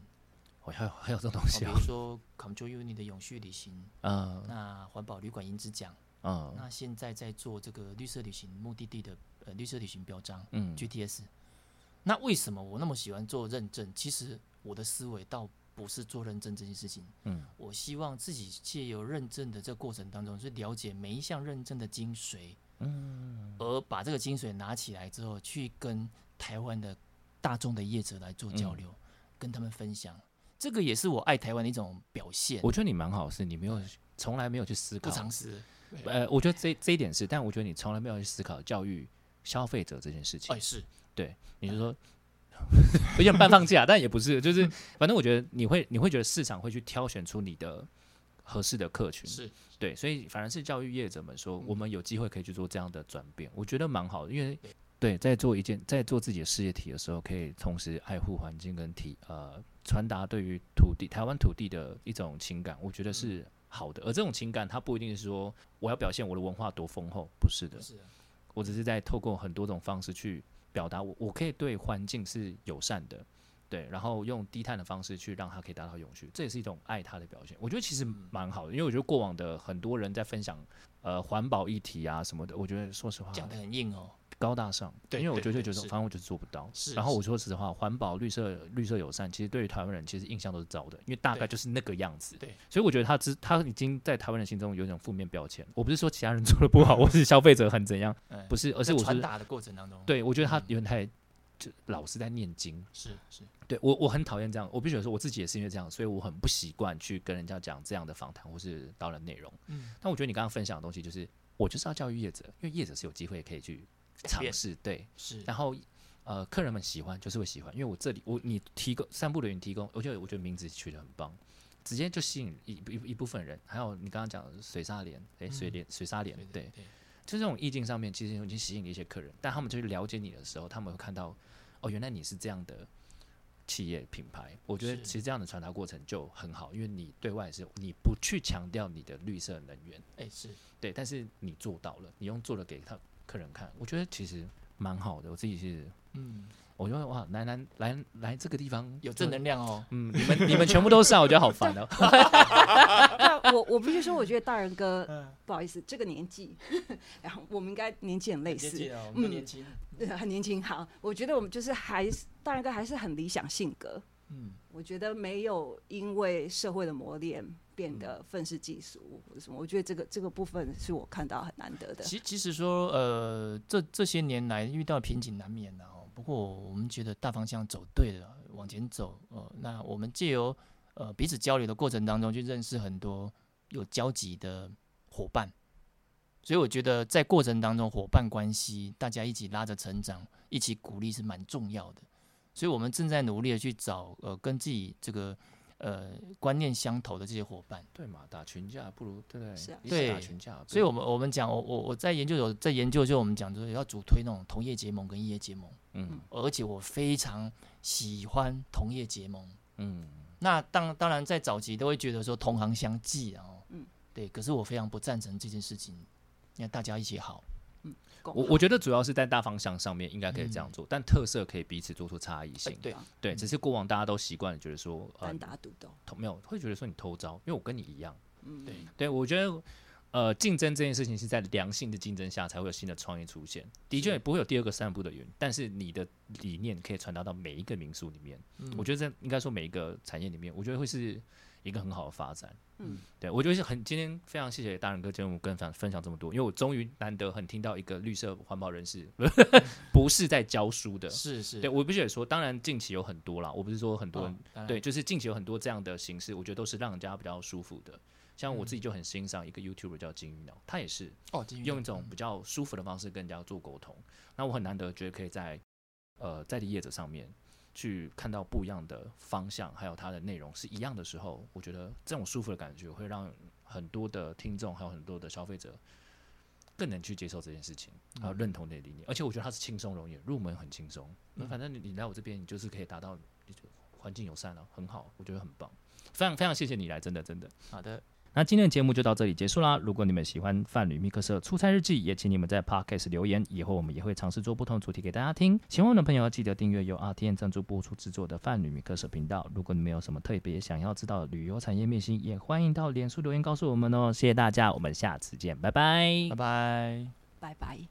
哦，还有还有这种东
哦
西
比
啊
如！说 Control Uni 的永续旅行，
[laughs] 嗯
那环保旅馆银质奖，
嗯
那现在在做这个绿色旅行目的地的呃绿色旅行标章
嗯，
GTS。那为什么我那么喜欢做认证？其实我的思维倒不是做认证这件事情，
嗯，
我希望自己借由认证的这个过程当中，去了解每一项认证的精髓，
嗯
而把这个精髓拿起来之后，去跟台湾的大众的业者来做
嗯
交流，跟他们分享，这个也是我爱台湾的一种表现。
我觉得你蛮好，是你没有从来没有去思
不
考，
藏私，
呃，我觉得这这一点是，但我觉得你从来没有去思考教育消费者这件事情。
哎，是
你就说 [laughs] 有点半放假，但也不是，就是反正我觉得你会你会觉得市场会去挑选出你的合适的客群，
是，
对，所以反而是教育业者们说，我们有机会可以去做这样的转变，我觉得蛮好的，因为对，在做一件在做自己的事业体的时候，可以同时爱护环境跟体呃传达对于土地台湾土地的一种情感，我
嗯
觉得是好的。而这种情感，它不一定是说我要表现我的文化多丰厚，不是的，
是啊
我只是在透过很多种方式去表达我我可以对环境是友善的，对，然后用低碳的方式去让它可以达到永续，这也是一种爱它的表现。我觉得其实
嗯
蛮好的，因为我觉得过往的很多人在分享呃环保议题啊什么的，我觉得说实话
讲的很硬哦，
高大上，
对
因为我
对
觉得
对
就是
是
反正我就是做不到。
是
然后我说实话，环保、绿色、绿色友善，其实对于台湾人其实印象都是糟的，因为大概
对
就是那个样子。
对，
所以我觉得他之他已经在台湾人心中有一种负面标签。我不是说其他人做的
[laughs]
不好，或是消费者很怎样，
哎
不是，而是
在
我
传
是
达的嗯过程当中，，
对，我觉得他有点太就老是在念经。
是是，
对我我很讨厌这样，我必须得说我自己也是因为这样，所以我很不习惯去跟人家讲这样的访谈或是导览内容。
嗯，
但我觉得你刚刚分享的东西，就是我就是要教育业者，因为业者是有机会可以去尝
变
试，对，
是
然后呃，客人们喜欢就是会喜欢，因为我这里我你提供散步的人提供，我觉得我觉得名字取得很棒，直接就吸引一一一部分人。还有你刚刚讲的水沙莲，诶，水莲、水沙莲
对，
对，
对，
就这种意境上面，其实已经吸引了一些客人，但他们就去了解你的时候，他们会看到哦，原来你是这样的企业品牌。我觉得
是
其实这样的传达过程就很好，因为你对外是你不去强调你的绿色能源，
哎是，
对，但是你做到了，你用做了给他客人看，我觉得其实蛮好的。我自己是
嗯，
我就会哇，来来来来这个地方
有正能
量。
量哦，
嗯，你们你们全部都上，我觉得好烦 [laughs] 哦。
对，我我必须说，我觉得大人哥
嗯，
不好意思，这个年纪， [laughs] 然后我们应该年纪很类似，嗯
啊，我
们都
们
年
年轻，
对 [laughs] 很年轻。好，我觉得我们就是还是大人哥还是很理想性格，
嗯，
我觉得没有因为社会的磨练变
嗯
得愤世嫉俗或者什么，我觉得这个这个部分是我看到很难得的。
其其实说，呃，这这些年来遇到瓶颈难免的、哦。不过我们觉得大方向走对了，往前走。呃，那我们借由呃彼此交流的过程当中，去认识很多有交集的伙伴。所以我觉得在过程当中，伙伴关系大家一起拉着成长，一起鼓励是蛮重要的。所以我们正在努力的去找呃跟自己这个呃观念相投的这些伙伴。
对嘛，打群架不如对不对？
是啊
一起打
对
群架。
所以我们我们讲，我我我在研究有在研究，就我们讲说要主推那种同业结盟跟业结盟，
嗯
而且我非常喜欢同业结盟。
嗯，
那当当然在早期都会觉得说同行相忌啊，哦
嗯，
对，可是我非常不赞成这件事情。你看大家一起好，
共
我
好
我觉得主要是在大方向上面应该可以这样做，但特色可以彼此做出差异性。
对
嗯对，只是过往大家都习惯了觉得说，呃
单，打独斗，
同没有会觉得说你偷招，因为我跟你一样。
嗯，
对，
对我觉得，呃，竞争这件事情是在良性的竞争下才会有新的创意出现。的确，也不会有第二个散步的云，但是你的理念可以传达到每一个民宿里面。我觉得这应该说每一个产业里面，我觉得会是一个很好的发展。
嗯，
对我觉得是很今天非常谢谢大人哥节目跟分分享这么多，因为我终于难得很听到一个绿色环保人士 [laughs] 不是在教书的。
是是，
对，我必须得说，当然近期有很多啦，我不是说很多人
哦，当然
对，就是近期有很多这样的形式，我觉得都是让人家比较舒服的。像我自己
嗯
就很欣赏一个 YouTuber 叫金鱼脑，他也是
哦，金鱼
用
脑
一种比较舒服的方式跟人家做沟通。那我很难得觉得可以在呃在地业者上面去看到不一样的方向，还有它的内容是一样的时候，我觉得这种舒服的感觉会让很多的听众还有很多的消费者更能去接受这件事情，还有认同你的理念。而且我觉得它是轻松容易，入门很轻松。那反正你你来我这边，你就是可以达到你就环境友善了、很好，我觉得很棒。非常非常谢谢你来，真的真的。
好的，
那今天的节目就到这里结束啦。如果你们喜欢范旅密克社出差日记，也请你们在 Podcast 留言。以后我们也会尝试做不同的主题给大家听。喜欢我的朋友记得订阅由 RTN 赞助播出制作的范旅密克社频道。如果你们有什么特别想要知道的旅游产业秘辛，也欢迎到脸书留言告诉我们哦。谢谢大家，我们下次见，拜拜
拜拜。
拜拜。